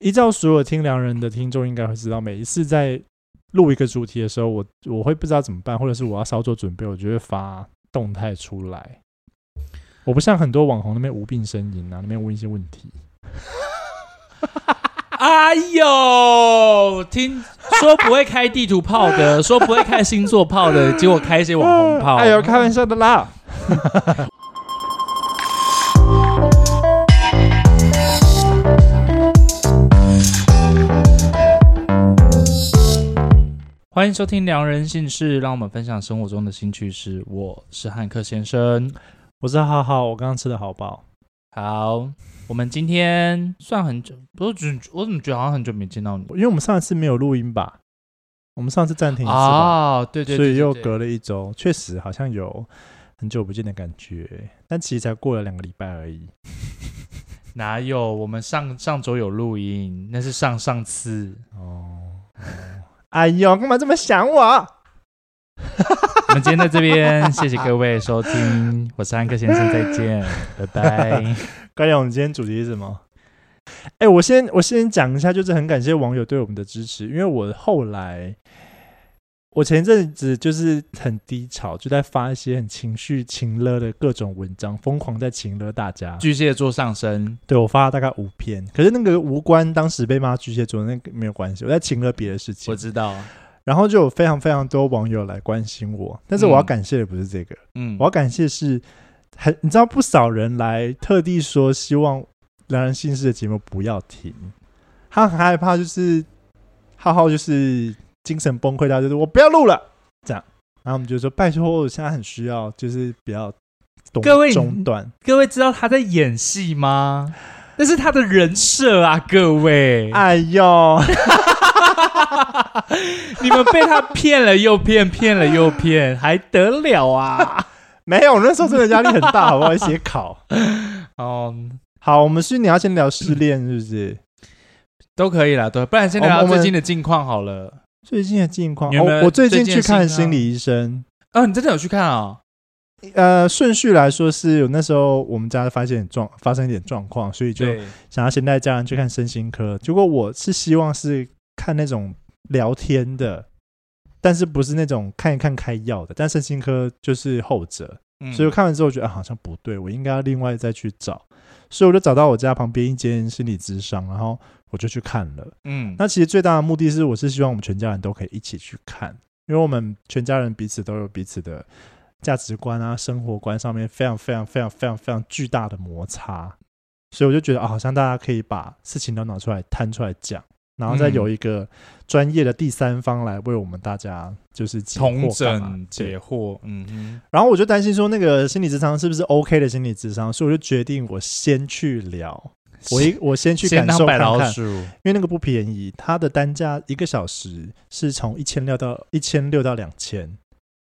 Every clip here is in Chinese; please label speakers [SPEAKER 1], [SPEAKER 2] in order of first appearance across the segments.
[SPEAKER 1] 依照所有听良人的听众应该会知道，每一次在录一个主题的时候，我我会不知道怎么办，或者是我要稍作准备，我就会发动态出来。我不像很多网红那边无病呻吟啊，那边问一些问题。
[SPEAKER 2] 哎呦，听说不会开地图炮的，说不会开星座炮的，结果开一些网红炮。
[SPEAKER 1] 哎呦，开玩笑的啦。
[SPEAKER 2] 欢迎收听《良人姓氏》，让我们分享生活中的新趣事。我是汉克先生。
[SPEAKER 1] 我是浩浩，我刚刚吃的好饱。
[SPEAKER 2] 好，我们今天算很久，不是我怎么觉得好像很久没见到你
[SPEAKER 1] 因为我们上一次没有录音吧？我们上次暂停一次吧，
[SPEAKER 2] 啊？对对
[SPEAKER 1] 所
[SPEAKER 2] 对
[SPEAKER 1] 以又
[SPEAKER 2] 对
[SPEAKER 1] 隔了一周，确实好像有很久不见的感觉，但其实才过了两个礼拜而已。
[SPEAKER 2] 哪有？我们上上周有录音，那是上上次。
[SPEAKER 1] 哦，哎呦，干嘛这么想我？
[SPEAKER 2] 我们今天在这边，谢谢各位收听，我是汉克先生，再见，拜拜。
[SPEAKER 1] 高阳，我们今天主题是什么？哎，我先我先讲一下，就是很感谢网友对我们的支持，因为我后来，我前阵子就是很低潮，就在发一些很情绪情勒的各种文章，疯狂在情勒大家。
[SPEAKER 2] 巨蟹座上升，
[SPEAKER 1] 对我发了大概五篇，可是那个无关当时被骂巨蟹座那个没有关系，我在情勒别的事
[SPEAKER 2] 我
[SPEAKER 1] 情。
[SPEAKER 2] 知道。
[SPEAKER 1] 然后就有非常非常多网友来关心我，但是我要
[SPEAKER 2] 嗯
[SPEAKER 1] 感谢的不是这个，
[SPEAKER 2] 嗯，
[SPEAKER 1] 我要感谢是很你知道不少人来特地说希望《良人姓氏》的节目不要停，他很害怕就是浩浩就是精神崩溃到就是我不要录了这样，然后我们就说拜托我现在很需要就是不要懂
[SPEAKER 2] 各位
[SPEAKER 1] 中断，
[SPEAKER 2] 各位知道他在演戏吗？那是他的人设啊，各位，
[SPEAKER 1] 哎呦。
[SPEAKER 2] 你们被他骗了又骗，骗了又骗，还得了啊？
[SPEAKER 1] 没有，那时候真的压力很大，好不好？写考。
[SPEAKER 2] 哦，
[SPEAKER 1] 好，我们是你要先聊失恋，是不
[SPEAKER 2] 嗯
[SPEAKER 1] 是？
[SPEAKER 2] 都可以啦，对，不然先
[SPEAKER 1] 我
[SPEAKER 2] 聊
[SPEAKER 1] 我们
[SPEAKER 2] 最近的近况好了。
[SPEAKER 1] 最近的近况，
[SPEAKER 2] 你有没有
[SPEAKER 1] 哦我最近
[SPEAKER 2] 最近
[SPEAKER 1] 去
[SPEAKER 2] 的
[SPEAKER 1] 看
[SPEAKER 2] 新啊
[SPEAKER 1] 心理医生。
[SPEAKER 2] 哦，你真的有去看啊、
[SPEAKER 1] 呃，顺序来说是有那时候我们家发现状发生一点状况，所以就
[SPEAKER 2] 对，
[SPEAKER 1] 想要先带家人去看身心科。结果我是希望是看那种聊天的，但是不是那种看一看开药的，但身心科就是后者。
[SPEAKER 2] 嗯
[SPEAKER 1] 所以我看完之后觉得、啊、好像不对，我应该要另外再去找，所以我就找到我家旁边一间心理咨商，然后我就去看了。
[SPEAKER 2] 嗯，
[SPEAKER 1] 那其实最大的目的是，我是希望我们全家人都可以一起去看，因为我们全家人彼此都有彼此的价值观啊、生活观上面非常非常非常非常非常巨大的摩擦，所以我就觉得啊，好像大家可以把事情都拿出来摊出来讲，然后再
[SPEAKER 2] 嗯
[SPEAKER 1] 有一个专业的第三方来为我们大家就是解惑
[SPEAKER 2] 重
[SPEAKER 1] 干嘛对
[SPEAKER 2] 整解惑，嗯哼，
[SPEAKER 1] 然后我就担心说，那个心理智商是不是 OK 的心理智商，所以我就决定我先去聊，我一我先去
[SPEAKER 2] 先
[SPEAKER 1] 感
[SPEAKER 2] 当
[SPEAKER 1] 受
[SPEAKER 2] 白
[SPEAKER 1] 看
[SPEAKER 2] 老
[SPEAKER 1] 看，
[SPEAKER 2] 鼠，
[SPEAKER 1] 因为那个不便宜，它的单价一个小时是从一千六到一千六到两千。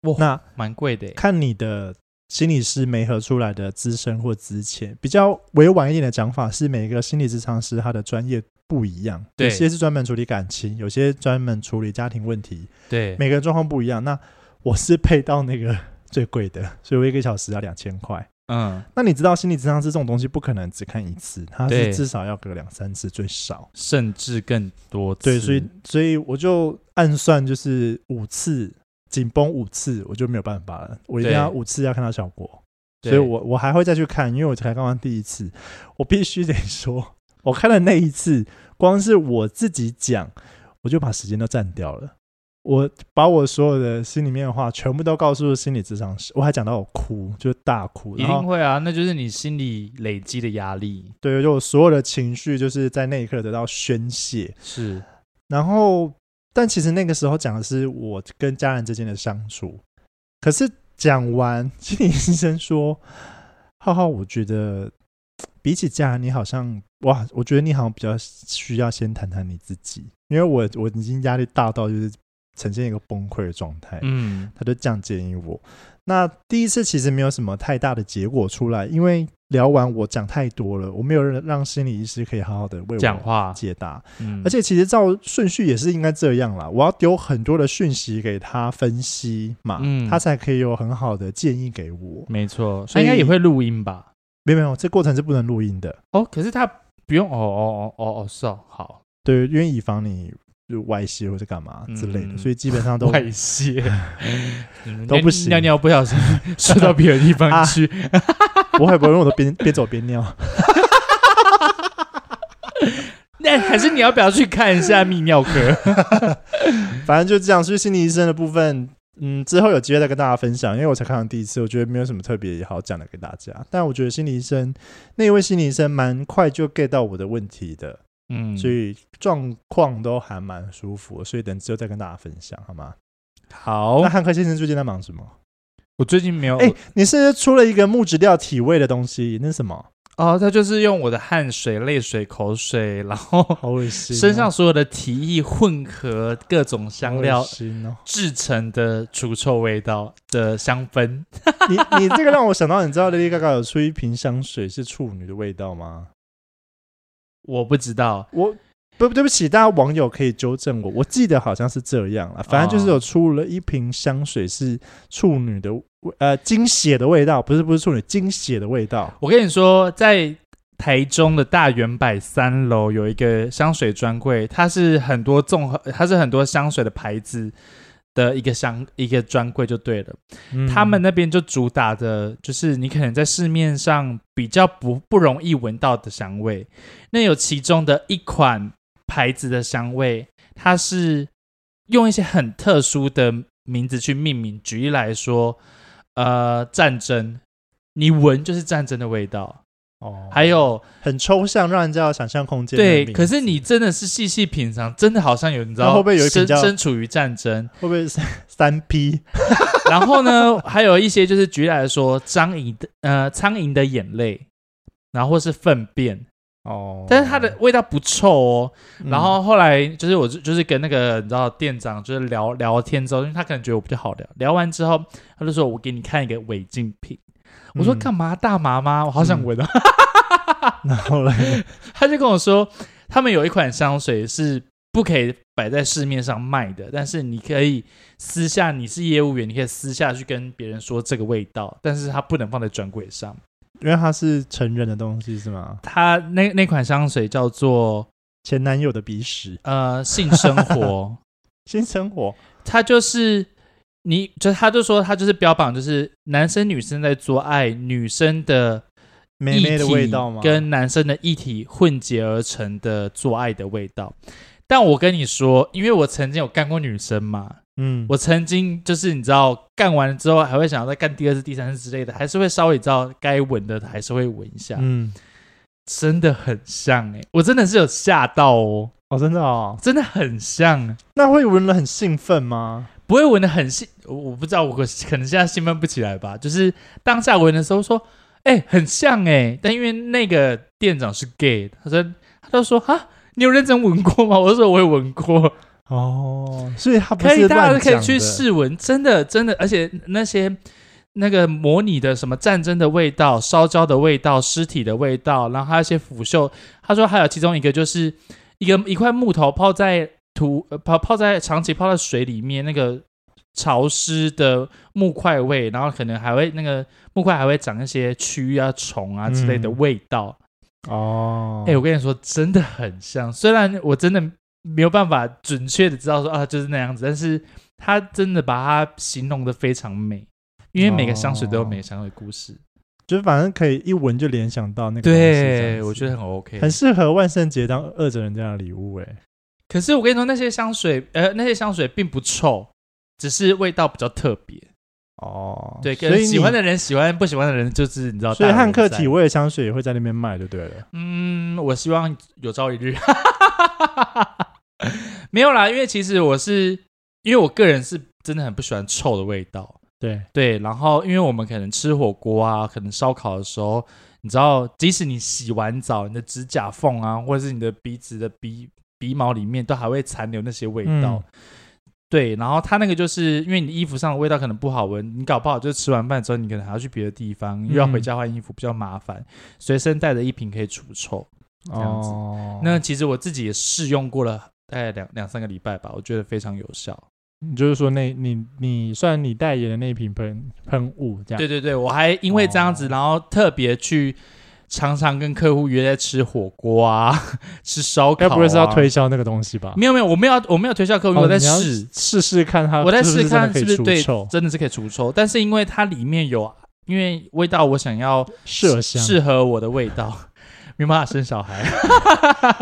[SPEAKER 2] 哇
[SPEAKER 1] 那
[SPEAKER 2] 蛮贵的耶。欸
[SPEAKER 1] 看你的心理师媒合出来的资深或资浅，比较委婉一点的讲法是，每个心理咨商师他的专业不一样，
[SPEAKER 2] 对
[SPEAKER 1] 有些是专门处理感情，有些专门处理家庭问题，
[SPEAKER 2] 对，
[SPEAKER 1] 每个人状况不一样。那我是配到那个 最贵的，所以我一个小时要两千块。
[SPEAKER 2] 嗯，
[SPEAKER 1] 那你知道心理咨商师这种东西不可能只看一次，它
[SPEAKER 2] 对
[SPEAKER 1] 是至少要隔两三次最少。
[SPEAKER 2] 甚至更多次。
[SPEAKER 1] 对，所以所以我就暗算就是五次紧绷五次，我就没有办法了，我一定
[SPEAKER 2] 对
[SPEAKER 1] 要五次要看到效果，
[SPEAKER 2] 对
[SPEAKER 1] 所以我我还会再去看，因为我才刚刚第一次，我必须得说，我看了那一次，光是我自己讲，我就把时间都占掉了。我把我所有的心里面的话全部都告诉心理咨商师，我还讲到我哭，就是大哭，
[SPEAKER 2] 一
[SPEAKER 1] 然后
[SPEAKER 2] 定会啊，那就是你心里累积的压力。
[SPEAKER 1] 对，就我所有的情绪就是在那一刻得到宣泄，
[SPEAKER 2] 是，
[SPEAKER 1] 然后，但其实那个时候讲的是我跟家人之间的相处。可是讲完， 心理医生说：“浩浩，我觉得比起家人，你好像哇，我觉得你好像比较需要先谈谈你自己，因为我我已经压力大到就是呈现一个崩溃的状态。
[SPEAKER 2] 嗯，
[SPEAKER 1] 他就这样建议我。那第一次其实没有什么太大的结果出来，因为聊完我讲太多了，我没有让让心理医师可以好好的为
[SPEAKER 2] 讲
[SPEAKER 1] 我
[SPEAKER 2] 话，
[SPEAKER 1] 解答。
[SPEAKER 2] 嗯，
[SPEAKER 1] 而且其实照顺序也是应该这样啦，我要丢很多的讯息给他分析嘛，
[SPEAKER 2] 嗯
[SPEAKER 1] 他才可以有很好的建议给我。
[SPEAKER 2] 没错，
[SPEAKER 1] 所
[SPEAKER 2] 他
[SPEAKER 1] 以
[SPEAKER 2] 应该也会录音吧？
[SPEAKER 1] 没有没有，这过程是不能录音的，
[SPEAKER 2] 哦，可是他不用哦哦哦哦哦，是哦，好
[SPEAKER 1] 对，因为以防你就外泄或者干嘛之类的，
[SPEAKER 2] 嗯
[SPEAKER 1] 所以基本上都
[SPEAKER 2] 外 泄
[SPEAKER 1] 都不行
[SPEAKER 2] 尿尿不啊小心射到别的地方 去，
[SPEAKER 1] 我 还不会，我都边边走边尿。
[SPEAKER 2] 那哎还是你要不要去看一下泌尿科？
[SPEAKER 1] 反正就这样，所以心理医生的部分，嗯，之后有机会再跟大家分享，因为我才看到第一次，我觉得没有什么特别好讲的给大家。但我觉得心理医生那一位心理医生蛮快就 get 到我的问题的，
[SPEAKER 2] 嗯，
[SPEAKER 1] 所以状况都还蛮舒服的，所以等之后再跟大家分享好吗？
[SPEAKER 2] 好哦
[SPEAKER 1] 那，汉克先生最近在忙什么？
[SPEAKER 2] 我最近没有，
[SPEAKER 1] 哎、你是不是出了一个木质调体味的东西，那是什么？
[SPEAKER 2] 哦，他就是用我的汗水、泪水、口水，然后
[SPEAKER 1] 好恶心哦、
[SPEAKER 2] 身上所有的体液混合各种香
[SPEAKER 1] 好
[SPEAKER 2] 料
[SPEAKER 1] 恶心哦！
[SPEAKER 2] 制成的除臭味道的香氛。
[SPEAKER 1] 你你这个让我想到，你知道 Lady Gaga 有出一瓶香水是处女的味道吗？
[SPEAKER 2] 我不知道，
[SPEAKER 1] 我不对不起，大家网友可以纠正我，我记得好像是这样
[SPEAKER 2] 啊
[SPEAKER 1] 了。反正就是有出了一瓶香水是处女的味呃精血的味道，不是不是处女精血的味道。
[SPEAKER 2] 我跟你说，在台中的大圆百三楼有一个香水专柜，它是很多综合，它是很多香水的牌子的一个香一个专柜就对了。
[SPEAKER 1] 嗯
[SPEAKER 2] 他们那边就主打的就是你可能在市面上比较不不容易闻到的香味。那有其中的一款牌子的香味，它是用一些很特殊的名字去命名。举例来说，呃，战争，你闻就是战争的味道。
[SPEAKER 1] 哦
[SPEAKER 2] 还有
[SPEAKER 1] 很抽象，让人家有想象空间的名
[SPEAKER 2] 对，
[SPEAKER 1] 字。
[SPEAKER 2] 可是你真的是细细品尝，真的好像有你知道，
[SPEAKER 1] 那会不会有一
[SPEAKER 2] 身
[SPEAKER 1] 瓶叫
[SPEAKER 2] 身处于战争？
[SPEAKER 1] 会不会是三 P？
[SPEAKER 2] 然后呢，还有一些就是举例来说，苍蝇的呃苍蝇的眼泪，然后或是粪便，
[SPEAKER 1] 哦
[SPEAKER 2] 但是它的味道不臭哦。
[SPEAKER 1] 嗯
[SPEAKER 2] 然后后来就是我就就是跟那个你知道店长就是聊聊天之后，因为他可能觉得我比较好聊，聊完之后他就说我给你看一个违禁品，我说
[SPEAKER 1] 嗯
[SPEAKER 2] 干嘛大麻吗？我好想闻啊。
[SPEAKER 1] 然后嘞，
[SPEAKER 2] 他就跟我说，他们有一款香水是不可以摆在市面上卖的，但是你可以私下，你是业务员，你可以私下去跟别人说这个味道，但是它不能放在专柜上。
[SPEAKER 1] 因为它是成人的东西是吗？
[SPEAKER 2] 它那那款香水叫做
[SPEAKER 1] 前男友的鼻屎，
[SPEAKER 2] 呃性生活，
[SPEAKER 1] 新生活
[SPEAKER 2] 它就是。你就他就说他就是标榜就是男生女生在做爱，女生的
[SPEAKER 1] 妹妹的
[SPEAKER 2] 液体
[SPEAKER 1] 味道吗？
[SPEAKER 2] 跟男生的液体混结而成的做爱的味道。但我跟你说，因为我曾经有干过女生嘛，
[SPEAKER 1] 嗯，
[SPEAKER 2] 我曾经就是你知道干完之后还会想要再干第二次、第三次之类的，还是会稍微知道该闻的还是会闻一下，
[SPEAKER 1] 嗯，
[SPEAKER 2] 真的很像哎、我真的是有吓到哦，
[SPEAKER 1] 哦，真的哦，
[SPEAKER 2] 真的很像，
[SPEAKER 1] 那会闻了很兴奋吗？
[SPEAKER 2] 不会闻的很兴，我我不知道我可可能现在兴奋不起来吧，就是当下闻的时候说，哎、很像哎、但因为那个店长是 gay，他说他就说哈。你有认真闻过吗？我就说我有闻过，
[SPEAKER 1] 哦，所以他不
[SPEAKER 2] 可
[SPEAKER 1] 是
[SPEAKER 2] 以，大家
[SPEAKER 1] 乱
[SPEAKER 2] 可以
[SPEAKER 1] 讲
[SPEAKER 2] 去
[SPEAKER 1] 的
[SPEAKER 2] 试闻，真的真的，而且那些那个模拟的什么战争的味道、烧焦的味道、尸体的味道，然后还有一些腐锈。他说还有其中一个就是一个一块木头泡在土呃泡泡在长期泡在水里面那个。潮湿的木块味，然后可能还会那个木块还会长一些蛆啊、虫啊之类的
[SPEAKER 1] 嗯
[SPEAKER 2] 味道。
[SPEAKER 1] 哦
[SPEAKER 2] 哎、。我跟你说，真的很像。虽然我真的没有办法准确的知道说啊就是那样子，但是他真的把它形容的非常美，因为每个香水都有每个香水的故事。
[SPEAKER 1] 嗯就是反正可以一闻就联想到那个东西这样
[SPEAKER 2] 对，
[SPEAKER 1] 子
[SPEAKER 2] 我觉得很 OK。
[SPEAKER 1] 很适合万圣节当恶整人家的礼物、欸。
[SPEAKER 2] 可是我跟你说，那些香水，呃，那些香水并不臭，只是味道比较特别。
[SPEAKER 1] 哦，
[SPEAKER 2] 对，
[SPEAKER 1] 所
[SPEAKER 2] 可能
[SPEAKER 1] 以
[SPEAKER 2] 喜欢
[SPEAKER 1] 你，
[SPEAKER 2] 的人喜欢，不喜欢的人就是你知道。
[SPEAKER 1] 所以
[SPEAKER 2] 大有人
[SPEAKER 1] 汉克
[SPEAKER 2] 在
[SPEAKER 1] 体，味的香水也会在那边卖，就对了。
[SPEAKER 2] 嗯，我希望有朝一日。 没有啦，因为其实我是，因为我个人是真的很不喜欢臭的味道。
[SPEAKER 1] 对，
[SPEAKER 2] 对，然后因为我们可能吃火锅啊，可能烧烤的时候，你知道，即使你洗完澡，你的指甲缝啊，或者是你的鼻子的鼻鼻毛里面，都还会残留那些味
[SPEAKER 1] 嗯
[SPEAKER 2] 道。对，然后它那个就是因为你衣服上的味道可能不好闻，你搞不好就吃完饭之后，你可能还要去别的地方，又要回家换衣服，比较麻烦。随身带着一瓶可以除臭。这样子
[SPEAKER 1] 哦，
[SPEAKER 2] 那其实我自己也试用过了，大概两两三个礼拜吧，我觉得非常有效。
[SPEAKER 1] 你就是说那你你算你代言的那一瓶喷喷雾这样。
[SPEAKER 2] 对对对，我还因为这样子，
[SPEAKER 1] 哦
[SPEAKER 2] 然后特别去常常跟客户约在吃火锅啊， 吃烧烤、
[SPEAKER 1] 该
[SPEAKER 2] 啊。
[SPEAKER 1] 不会是要推？销那个东西吧？
[SPEAKER 2] 没有没有，我没有要我没有推销客户，
[SPEAKER 1] 哦
[SPEAKER 2] 我在
[SPEAKER 1] 你要
[SPEAKER 2] 试，
[SPEAKER 1] 试试看它，
[SPEAKER 2] 我在
[SPEAKER 1] 是
[SPEAKER 2] 试
[SPEAKER 1] 不
[SPEAKER 2] 试
[SPEAKER 1] 是真的
[SPEAKER 2] 看
[SPEAKER 1] 可以
[SPEAKER 2] 啊是不是
[SPEAKER 1] 除
[SPEAKER 2] 对
[SPEAKER 1] 臭，
[SPEAKER 2] 真的是可以除臭。但是因为它里面有，因为味道我想要
[SPEAKER 1] 麝香。
[SPEAKER 2] 适合我的味道， 没办法生小孩。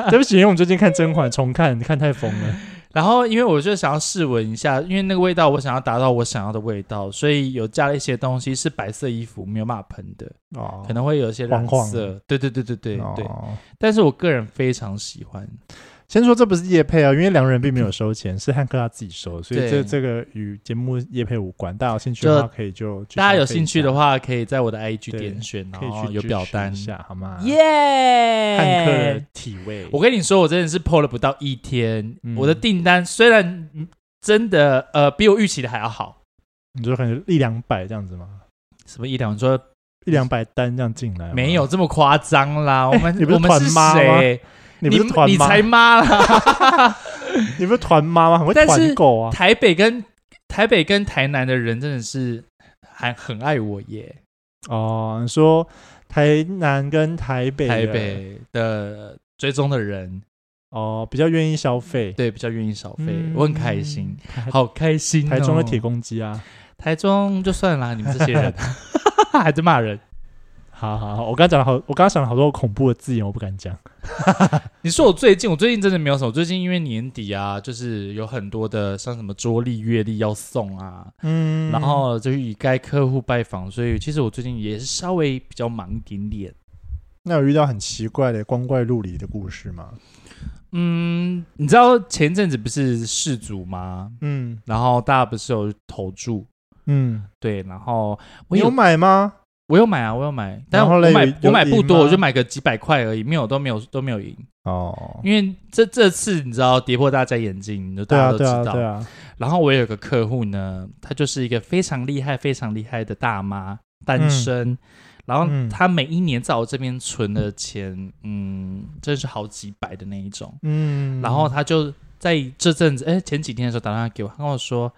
[SPEAKER 1] 对不起，因为我们最近看《甄嬛》重看，看太疯 了。
[SPEAKER 2] 然后，因为我就想要试闻一下，因为那个味道我想要达到我想要的味道，所以有加了一些东西是白色衣服没有办法喷的，
[SPEAKER 1] 哦
[SPEAKER 2] 可能会有一些染色。
[SPEAKER 1] 黄黄的
[SPEAKER 2] 对对对对对对。
[SPEAKER 1] 哦
[SPEAKER 2] 但是我个人非常喜欢，
[SPEAKER 1] 先说这不是叶配啊，因为良人并没有收钱，是汉克他自己收，所以
[SPEAKER 2] 对
[SPEAKER 1] 这这个与节目叶配无关。大家有兴趣的
[SPEAKER 2] 就
[SPEAKER 1] 话，可以就
[SPEAKER 2] 大家有兴趣的
[SPEAKER 1] 话，
[SPEAKER 2] 话可以在我的 IG
[SPEAKER 1] 对
[SPEAKER 2] 点选，然
[SPEAKER 1] 可以
[SPEAKER 2] 后
[SPEAKER 1] 去
[SPEAKER 2] 有
[SPEAKER 1] 支
[SPEAKER 2] 表
[SPEAKER 1] 持
[SPEAKER 2] 单
[SPEAKER 1] 一。下，好吗？
[SPEAKER 2] 耶！
[SPEAKER 1] 汉克的体味，
[SPEAKER 2] 我跟你说，我真的是 PO 了不到一天，
[SPEAKER 1] 嗯
[SPEAKER 2] 我的订单虽然嗯真的呃比我预期的还要好，
[SPEAKER 1] 你说可能一两百这样子吗？
[SPEAKER 2] 什么一两，你说
[SPEAKER 1] 一两百单这样进来吗？
[SPEAKER 2] 没有这么夸张啦，我们
[SPEAKER 1] 啊 你不是
[SPEAKER 2] 我们是
[SPEAKER 1] 团妈吗
[SPEAKER 2] 谁？
[SPEAKER 1] 你不是团
[SPEAKER 2] 你
[SPEAKER 1] 妈，
[SPEAKER 2] 才妈啦！
[SPEAKER 1] 你不是团妈吗？很会
[SPEAKER 2] 但是
[SPEAKER 1] 团购啊！
[SPEAKER 2] 台北跟台北跟台南的人真的是还很爱我耶。
[SPEAKER 1] 哦，你说台南跟台北的，
[SPEAKER 2] 台北的追踪的人，
[SPEAKER 1] 哦，比较愿意消费，
[SPEAKER 2] 对比较愿意少费，
[SPEAKER 1] 嗯
[SPEAKER 2] 我很开心，
[SPEAKER 1] 台
[SPEAKER 2] 好开心哦、
[SPEAKER 1] 台中的铁公鸡啊，
[SPEAKER 2] 台中就算啦，你们这 些人还在骂人。
[SPEAKER 1] 好好好，我刚刚讲了好，我刚刚想了好多恐怖的字眼，我不敢讲。
[SPEAKER 2] 你说我最近，我最近真的没有什么，我最近因为年底啊，就是有很多的像什么桌历、月历要送啊，
[SPEAKER 1] 嗯
[SPEAKER 2] 然后就与该客户拜访，所以其实我最近也是稍微比较忙一点点。
[SPEAKER 1] 那有遇到很奇怪的光怪陆离的故事吗？
[SPEAKER 2] 嗯，你知道前阵子不是世足吗？
[SPEAKER 1] 嗯
[SPEAKER 2] 然后大家不是有投注，
[SPEAKER 1] 嗯，
[SPEAKER 2] 对，然后我
[SPEAKER 1] 你有
[SPEAKER 2] 有
[SPEAKER 1] 买吗？
[SPEAKER 2] 我有买啊，我有买，但
[SPEAKER 1] 然后
[SPEAKER 2] 我
[SPEAKER 1] 嘞
[SPEAKER 2] 买
[SPEAKER 1] 有
[SPEAKER 2] 我买
[SPEAKER 1] 有
[SPEAKER 2] 不
[SPEAKER 1] 赢
[SPEAKER 2] 多，
[SPEAKER 1] 吗
[SPEAKER 2] 我就买个几百块而已，没有都没有都没有赢，
[SPEAKER 1] 哦，
[SPEAKER 2] 因为这这次你知道跌破大家眼镜，就大
[SPEAKER 1] 对
[SPEAKER 2] 家
[SPEAKER 1] 啊
[SPEAKER 2] 都
[SPEAKER 1] 对
[SPEAKER 2] 知
[SPEAKER 1] 啊
[SPEAKER 2] 道。
[SPEAKER 1] 对啊，
[SPEAKER 2] 然后我有个客户呢，她就是一个非常厉害、非常厉害的大妈，单身。
[SPEAKER 1] 嗯
[SPEAKER 2] 然后她每一年在我这边存的钱，嗯，真是好几百的那一种。
[SPEAKER 1] 嗯，
[SPEAKER 2] 然后她就在这阵子，哎，前几天的时候打电话给我，她跟我说：“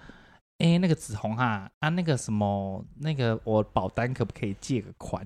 [SPEAKER 2] 哎，那个子红哈、啊，那个什么，那个我保单可不可以借个款？”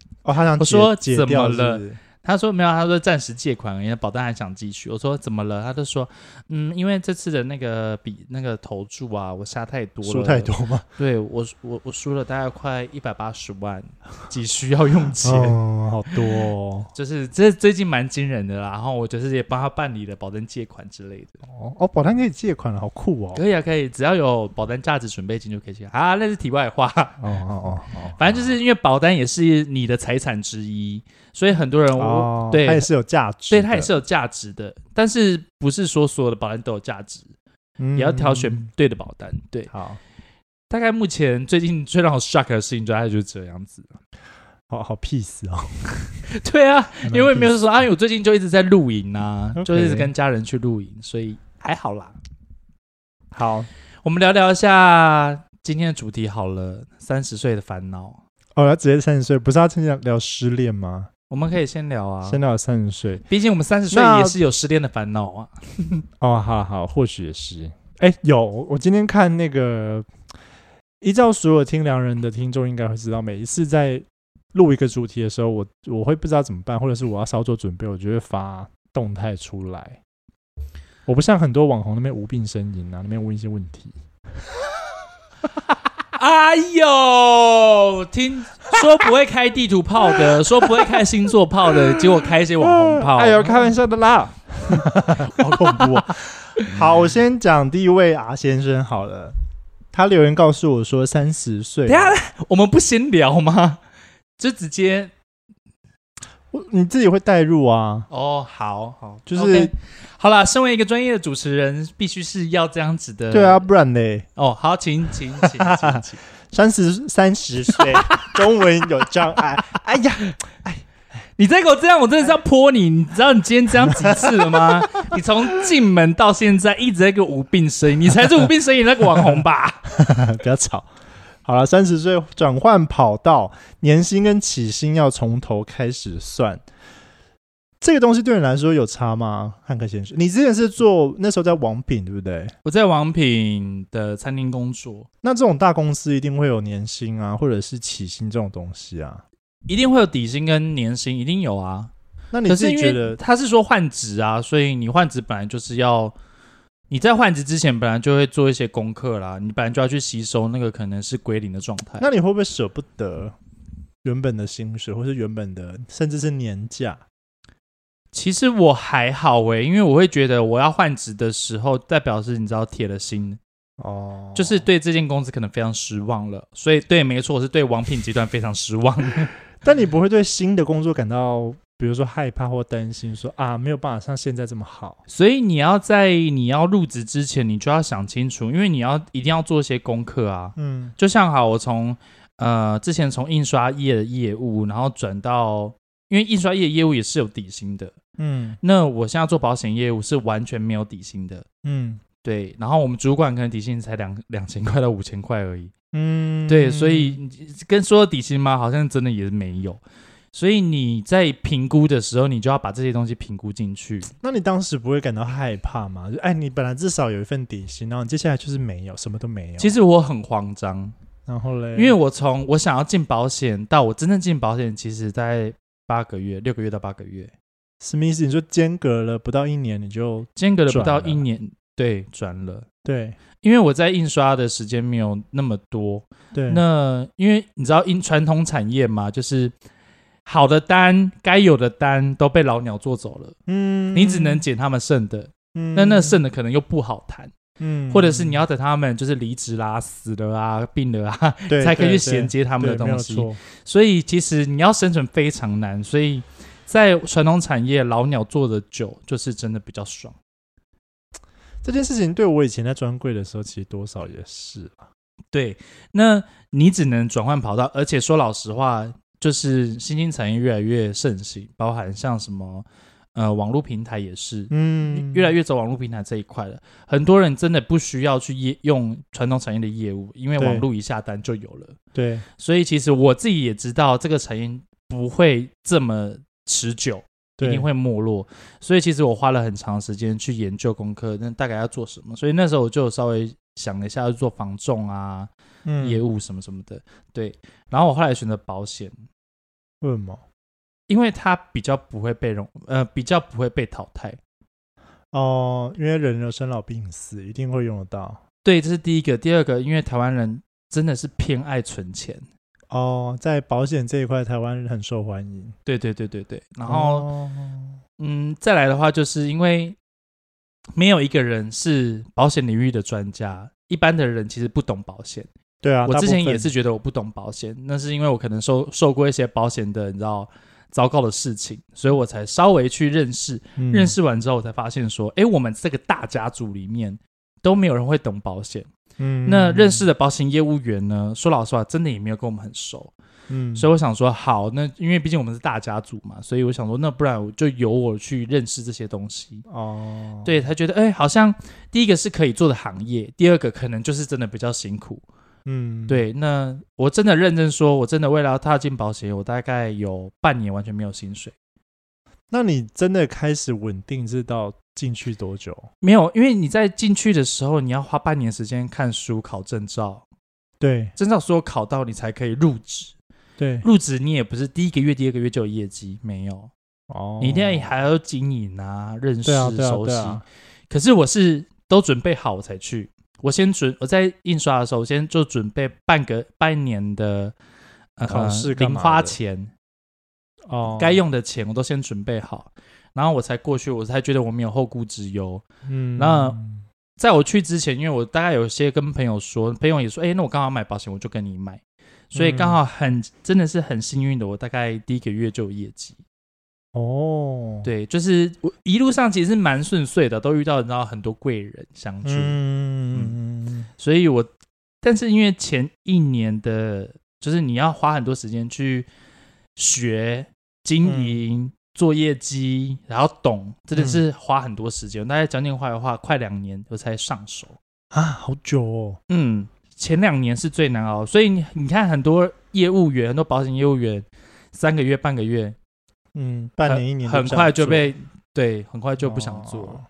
[SPEAKER 1] 哦，他想
[SPEAKER 2] 我说
[SPEAKER 1] 解
[SPEAKER 2] 怎
[SPEAKER 1] 解掉
[SPEAKER 2] 么了
[SPEAKER 1] 是不是
[SPEAKER 2] 她说没有，她说暂时借款而已，保单还想继续。我说怎么了？她就说，嗯，因为这次的那个比那个投注啊，我下太多了，
[SPEAKER 1] 输太多吗？
[SPEAKER 2] 对我输，我我输了大概快一百八十万，急需要用 钱，
[SPEAKER 1] 哦，好多 哦，
[SPEAKER 2] 就是这最近蛮惊人的啦。然后我就是也帮他办理了保单借款之类的，
[SPEAKER 1] 哦哦，保单可以借款了，好酷哦。
[SPEAKER 2] 可以啊，可以，只要有保单价值准备金就可以借啊。那是题外话，
[SPEAKER 1] 哦哦哦哦，
[SPEAKER 2] 反正就是因为保单也是你的财产之一，所以很多人我、
[SPEAKER 1] 哦，
[SPEAKER 2] 对
[SPEAKER 1] 它也是有价值
[SPEAKER 2] 对
[SPEAKER 1] 的，
[SPEAKER 2] 它也是有价值的，但是不是说所有的保单都有价值，
[SPEAKER 1] 嗯，
[SPEAKER 2] 也要挑选对的保单。对，
[SPEAKER 1] 好。
[SPEAKER 2] 大概目前最近最让我 shock 的事情，大概就是这样子。
[SPEAKER 1] 好好 peace 哦，
[SPEAKER 2] 对啊，
[SPEAKER 1] 还蛮
[SPEAKER 2] 因为没有
[SPEAKER 1] peace
[SPEAKER 2] 说啊，因为我最近就一直在露营啊
[SPEAKER 1] OK
[SPEAKER 2] 就一直跟家人去露营，所以还好啦。
[SPEAKER 1] 好哦
[SPEAKER 2] 我们聊聊一下今天的主题好了，三十岁的烦恼，
[SPEAKER 1] 哦，要直接三十岁，不是要趁聊聊失恋吗？
[SPEAKER 2] 我们可以先聊啊
[SPEAKER 1] 先。聊三十岁
[SPEAKER 2] 毕竟我们三十岁
[SPEAKER 1] 那
[SPEAKER 2] 也是有失恋的烦恼啊。
[SPEAKER 1] 哦，好好，或许也是。哎，有，我今天看那个，依照所有听良人的听众应该会知道，每一次在录一个主题的时候，我我会不知道怎么办，或者是我要稍作准备，我就会发动态出来。我不像很多网红那边无病呻吟啊，那边问一些问题。
[SPEAKER 2] 哎呦，听说不会开地图炮的，说不会开星座炮的，结果开一些网红炮。
[SPEAKER 1] 哎呦，开玩笑的 啦，好恐怖、 哦。好，我先讲第一位阿先生好了，他留言告诉我说三十岁
[SPEAKER 2] 等一，下我们不先聊吗？就直接
[SPEAKER 1] 我你自己会带入啊。
[SPEAKER 2] 哦，好好，
[SPEAKER 1] 就是
[SPEAKER 2] OK 好啦，身为一个专业的主持人，必须是要这样子的。
[SPEAKER 1] 对啊，，不然嘞，
[SPEAKER 2] 哦，好，请请请请请，
[SPEAKER 1] 三十三十 岁，中文有障碍。哎呀，
[SPEAKER 2] 你再给我这样，我真的是要泼你！你知道你今天这样几次了 吗？你从进门到现在一直在给我无病呻吟，你才是无病呻吟那个网红吧？
[SPEAKER 1] 不要吵。好了，三十岁转换跑道，年薪跟起薪要从头开始算。这个东西对你来说有差吗，汉克先生？你之前是做那时候在王品，对不对？
[SPEAKER 2] 我在王品的餐厅工作，
[SPEAKER 1] 那这种大公司一定会有年薪啊，或者是起薪这种东西啊。
[SPEAKER 2] 一定会有底薪跟年薪，一定有啊。
[SPEAKER 1] 那你
[SPEAKER 2] 可
[SPEAKER 1] 自
[SPEAKER 2] 是
[SPEAKER 1] 己
[SPEAKER 2] 因
[SPEAKER 1] 觉
[SPEAKER 2] 为
[SPEAKER 1] 得，
[SPEAKER 2] 他是说换职啊，所以你换职本来就是要你在换职之前本来就会做一些功课啦，你本来就要去吸收那个可能是归零的状态。
[SPEAKER 1] 那你会不会舍不得原本的薪水，或是原本的，甚至是年假？
[SPEAKER 2] 其实我还好诶、因为我会觉得我要换职的时候，代表是你知道铁了心，
[SPEAKER 1] 哦，
[SPEAKER 2] 就是对这间公司可能非常失望了。所以对，没错，我是对王品集团非常失望。
[SPEAKER 1] 但你不会对新的工作感到，比如说害怕或担心说啊没有办法像现在这么好。
[SPEAKER 2] 所以你要在你要入职之前，你就要想清楚，因为你要一定要做一些功课啊。
[SPEAKER 1] 嗯
[SPEAKER 2] 就像好，我从呃之前从印刷业的业务，然后转到因为印刷业业务也是有底薪的，
[SPEAKER 1] 嗯
[SPEAKER 2] 那我现在做保险业务是完全没有底薪的。
[SPEAKER 1] 嗯
[SPEAKER 2] 对，然后我们主管可能底薪才两两千块到五千块而已。
[SPEAKER 1] 嗯，
[SPEAKER 2] 对，所以你跟说底薪吗？好像真的也是没有。所以你在评估的时候，你就要把这些东西评估进去。
[SPEAKER 1] 那你当时不会感到害怕吗？就哎，你本来至少有一份底薪，然后你接下来就是没有，什么都没有。
[SPEAKER 2] 其
[SPEAKER 1] 实，
[SPEAKER 2] 实我很慌张，
[SPEAKER 1] 然后嘞，
[SPEAKER 2] 因为我从我想要进保险到我真正进保险，其实在八个月、六个月到八个月，
[SPEAKER 1] 什么意思？你说间隔了不到一年，你就
[SPEAKER 2] 间隔了不到
[SPEAKER 1] 转了
[SPEAKER 2] 一年，对，转了。
[SPEAKER 1] 对
[SPEAKER 2] 因为我在印刷的时间没有那么多，
[SPEAKER 1] 对，
[SPEAKER 2] 那因为你知道印传统产业嘛，就是好的单、该有的单都被老鸟做走了，
[SPEAKER 1] 嗯，
[SPEAKER 2] 你只能捡他们剩的，
[SPEAKER 1] 嗯，
[SPEAKER 2] 那那剩的可能又不好谈，
[SPEAKER 1] 嗯，
[SPEAKER 2] 或者是你要等他们就是离职啦、死了啊、病了啊，
[SPEAKER 1] 对
[SPEAKER 2] 才可以
[SPEAKER 1] 对
[SPEAKER 2] 去衔接他
[SPEAKER 1] 对
[SPEAKER 2] 们的
[SPEAKER 1] 对没有
[SPEAKER 2] 东西。
[SPEAKER 1] 错
[SPEAKER 2] 所以其实你要生存非常难，所以在传统产业老鸟做的久，就是真的比较爽。
[SPEAKER 1] 这件事情对我以前在专柜的时候，其实多少也是啊啦
[SPEAKER 2] 对，那你只能转换跑道，而且说老实话，就是新兴产业越来越盛行，包含像什么呃网络平台也是。
[SPEAKER 1] 嗯，
[SPEAKER 2] 越来越走网络平台这一块了，很多人真的不需要去业用传统产业的业务，因为
[SPEAKER 1] 对
[SPEAKER 2] 网络一下单就有了。
[SPEAKER 1] 对，
[SPEAKER 2] 所以其实我自己也知道这个产业不会这么持久，
[SPEAKER 1] 对
[SPEAKER 2] 一定会没落。所以其实我花了很长时间去研究功课，那大概要做什么。所以那时候我就稍微想了一下，要做防重啊、
[SPEAKER 1] 嗯
[SPEAKER 2] 业务什么什么的。对，然后我后来选择保险，
[SPEAKER 1] 为什么？
[SPEAKER 2] 因为它比较不会被容，呃，比较不会被淘汰。
[SPEAKER 1] 哦，因为人有生老病死，一定会用得到。
[SPEAKER 2] 对，这是第一个。第二个，因为台湾人真的是偏爱存钱。
[SPEAKER 1] 哦，在保险这一块，台湾很受欢迎。
[SPEAKER 2] 对对对对对，然后
[SPEAKER 1] 哦，
[SPEAKER 2] 嗯，再来的话，就是因为没有一个人是保险领域的专家，一般的人其实不懂保险。
[SPEAKER 1] 对啊，
[SPEAKER 2] 我
[SPEAKER 1] 大
[SPEAKER 2] 之
[SPEAKER 1] 部
[SPEAKER 2] 前也
[SPEAKER 1] 分
[SPEAKER 2] 是，觉得我不懂保险，那是因为我可能受受过一些保险的，你知道。糟糕的事情，所以我才稍微去认识。
[SPEAKER 1] 嗯
[SPEAKER 2] 认识完之后，我才发现说，诶，我们这个大家族里面都没有人会懂保险。
[SPEAKER 1] 嗯
[SPEAKER 2] 那认识，的保险业务员呢，说老实话，真的也没有跟我们很熟。
[SPEAKER 1] 嗯，
[SPEAKER 2] 所以我想说，好，那因为毕竟我们是大家族嘛，所以我想说，那不然我就由我去认识这些东西。
[SPEAKER 1] 哦，，
[SPEAKER 2] 对他觉得，哎、好像第一个是可以做的行业，第二个可能就是真的比较辛苦。
[SPEAKER 1] 嗯，，
[SPEAKER 2] 对，那我真的认真说，我真的为了要踏进保险，我大概有半年完全没有薪水，
[SPEAKER 1] 那你真的开始稳定是到进去多久？
[SPEAKER 2] 没有，因为你在进去的时候，你要花半年时间看书、考证照，
[SPEAKER 1] 对
[SPEAKER 2] 证照所有考到你才可以入职。
[SPEAKER 1] 对，
[SPEAKER 2] 入职你也不是第一个月、第二个月就有业绩，没有，
[SPEAKER 1] 哦，
[SPEAKER 2] 你一定要还要经营啊、认识、
[SPEAKER 1] 对啊对啊
[SPEAKER 2] 熟
[SPEAKER 1] 对
[SPEAKER 2] 悉。
[SPEAKER 1] 啊，
[SPEAKER 2] 可是我是都准备好我才去。我先准我在印刷的时候，我先就准备半个半年的呃
[SPEAKER 1] 考试干
[SPEAKER 2] 零
[SPEAKER 1] 嘛
[SPEAKER 2] 花
[SPEAKER 1] 的
[SPEAKER 2] 钱，
[SPEAKER 1] 哦，
[SPEAKER 2] 该，用的钱我都先准备好，然后我才过去，我才觉得我没有后顾之忧。
[SPEAKER 1] 嗯，
[SPEAKER 2] 那在我去之前，因为我大概有些跟朋友说，朋友也说，哎、那我刚好买保险，我就跟你买，所以刚好很、真的是很幸运的，我大概第一个月就有业绩。
[SPEAKER 1] 哦，，
[SPEAKER 2] 对，就是我一路上其实蛮顺遂的，都遇到你知道很多贵人相助。
[SPEAKER 1] 嗯嗯
[SPEAKER 2] 所以我，但是因为前一年的，就是你要花很多时间去学经营、
[SPEAKER 1] 嗯
[SPEAKER 2] 做业绩，然后懂，真的是花很多时
[SPEAKER 1] 嗯
[SPEAKER 2] 间。大概讲点坏话，快两年我才上手。
[SPEAKER 1] 啊，好久哦，
[SPEAKER 2] 嗯，前两年是最难熬，所以你你看很多业务员，很多保险业务员，三个月、半个月，
[SPEAKER 1] 嗯，半年一年都
[SPEAKER 2] 很
[SPEAKER 1] 这样
[SPEAKER 2] 快就
[SPEAKER 1] 做
[SPEAKER 2] 被对，很快就不想做了。
[SPEAKER 1] 哦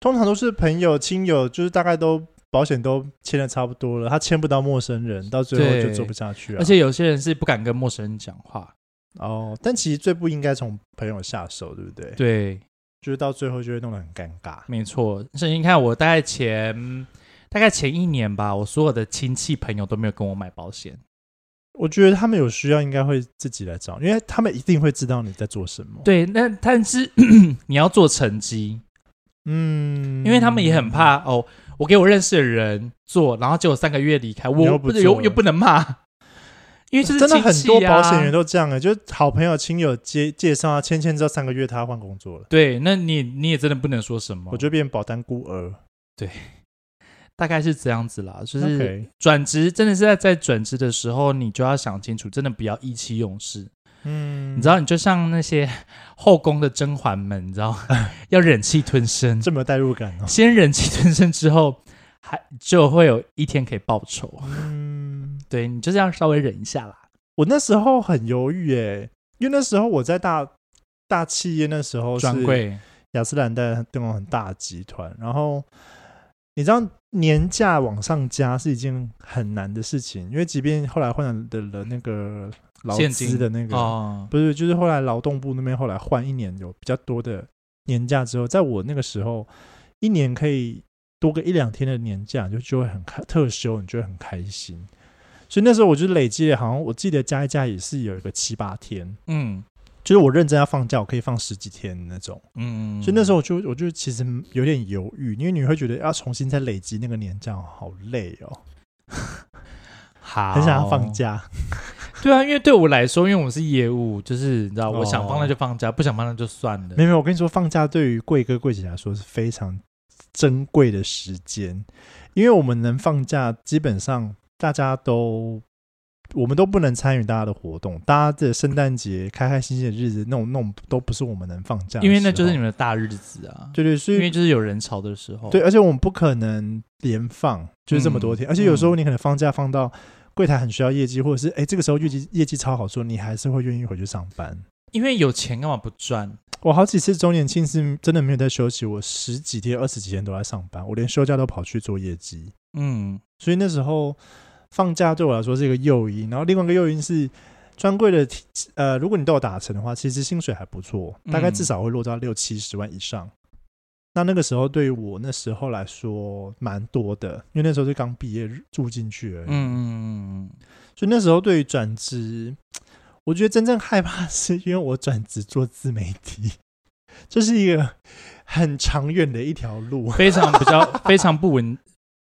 [SPEAKER 1] 通常都是朋友、亲友，就是大概都保险都签的差不多了，他签不到陌生人，到最后
[SPEAKER 2] 对
[SPEAKER 1] 就做不下去啊。
[SPEAKER 2] 而且有些人是不敢跟陌生人讲话，
[SPEAKER 1] 哦，但其实最不应该从朋友下手，对不对？，
[SPEAKER 2] 对，
[SPEAKER 1] 就是到最后就会弄得很尴尬。
[SPEAKER 2] 没错。所以你看，我大概前大概前一年吧，我所有的亲戚朋友都没有跟我买保险。
[SPEAKER 1] 我觉得他们有需要应该会自己来找，因为他们一定会知道你在做什么。，
[SPEAKER 2] 对，那但是 你要做成绩，
[SPEAKER 1] 嗯，
[SPEAKER 2] 因为他们也很怕哦。我给我认识的人做，然后结果三个月离开，
[SPEAKER 1] 你
[SPEAKER 2] 我
[SPEAKER 1] 又不做
[SPEAKER 2] 又
[SPEAKER 1] 了
[SPEAKER 2] 又不能 骂，因为就是、
[SPEAKER 1] 真的很多保险员。都这样啊，就是好朋友、亲友介介绍啊，签签之后三个月他换工作了，
[SPEAKER 2] 对，那你你也真的不能说什么。
[SPEAKER 1] 我就变保单孤儿。
[SPEAKER 2] 大概是这样子啦，就是
[SPEAKER 1] OK，
[SPEAKER 2] 转职真的是在在转职的时候，你就要想清楚，真的不要意气用事。
[SPEAKER 1] 嗯，
[SPEAKER 2] 你知道，你就像那些后宫的甄嬛们，你知道， 要忍气吞声，
[SPEAKER 1] 这么代入感哦。
[SPEAKER 2] 先忍气吞声之后，还就会有一天可以报仇。
[SPEAKER 1] 嗯，
[SPEAKER 2] 对你就是要稍微忍一下啦。
[SPEAKER 1] 我那时候很犹豫诶，因为那时候我在大大企业，那时候是
[SPEAKER 2] 专柜，
[SPEAKER 1] 雅诗兰黛那种很大的集团，然后你知道年假往上加是一件很难的事情，因为即便后来换了的了那个劳
[SPEAKER 2] 现
[SPEAKER 1] 资
[SPEAKER 2] 金
[SPEAKER 1] 的那个，
[SPEAKER 2] 哦，
[SPEAKER 1] 不是就是后来劳动部那边后来换一年有比较多的年假之后，在我那个时候一年可以多个一两天的年假，你就就会很开特休，你就会很开心。所以那时候我就累积了，好像我记得加一加也是有一个七八天，
[SPEAKER 2] 嗯
[SPEAKER 1] 就是我认真要放假，我可以放十几天的那种。
[SPEAKER 2] 嗯，
[SPEAKER 1] 所以那时候我就我就其实有点犹豫，因为你会觉得要重新再累积那个年假，好累哦，
[SPEAKER 2] 好
[SPEAKER 1] 很想要放。假。
[SPEAKER 2] 对啊，因为对我来说，因为我是业务，就是你知道，我想
[SPEAKER 1] 哦
[SPEAKER 2] 放那就放假，不想放那就算了
[SPEAKER 1] 没。有没有，我跟你说，放假对于贵哥贵姐来说是非常珍贵的时间，因为我们能放假，基本上大家都。我们都不能参与大家的活动，大家的圣诞节开开心心的日子，那种那种都不是我们能放假的时候，
[SPEAKER 2] 因为那就是你们的大日子啊，
[SPEAKER 1] 对对，所
[SPEAKER 2] 因
[SPEAKER 1] 以
[SPEAKER 2] 为就是有人潮的时候，
[SPEAKER 1] 对，，而且我们不可能连放，就是这么多天，
[SPEAKER 2] 嗯
[SPEAKER 1] 而且有时候你可能放假放到柜台很需要业绩，或者是哎、诶这个时候业绩业绩超好做，你还是会愿意回去上班。
[SPEAKER 2] 因为有钱干嘛不赚？
[SPEAKER 1] 我好几次周年庆是真的没有在休息，我十几天、二十几天都在上班，我连休假都跑去做业绩，
[SPEAKER 2] 嗯，
[SPEAKER 1] 所以那时候放假对我来说是一个诱因，然后另外一个诱因是。专柜的提呃，如果你都有打成的话，其实薪水还不错，大概
[SPEAKER 2] 嗯
[SPEAKER 1] 至少会落到六七十万以上。那那个时候对于我那时候来说蛮多的，因为那时候是刚毕业住进去而已。
[SPEAKER 2] 嗯，
[SPEAKER 1] 所以那时候对于转职，我觉得真正害怕是因为我转职做自媒体，这、是一个很长远的一条路。啊
[SPEAKER 2] 非常比较 非常不稳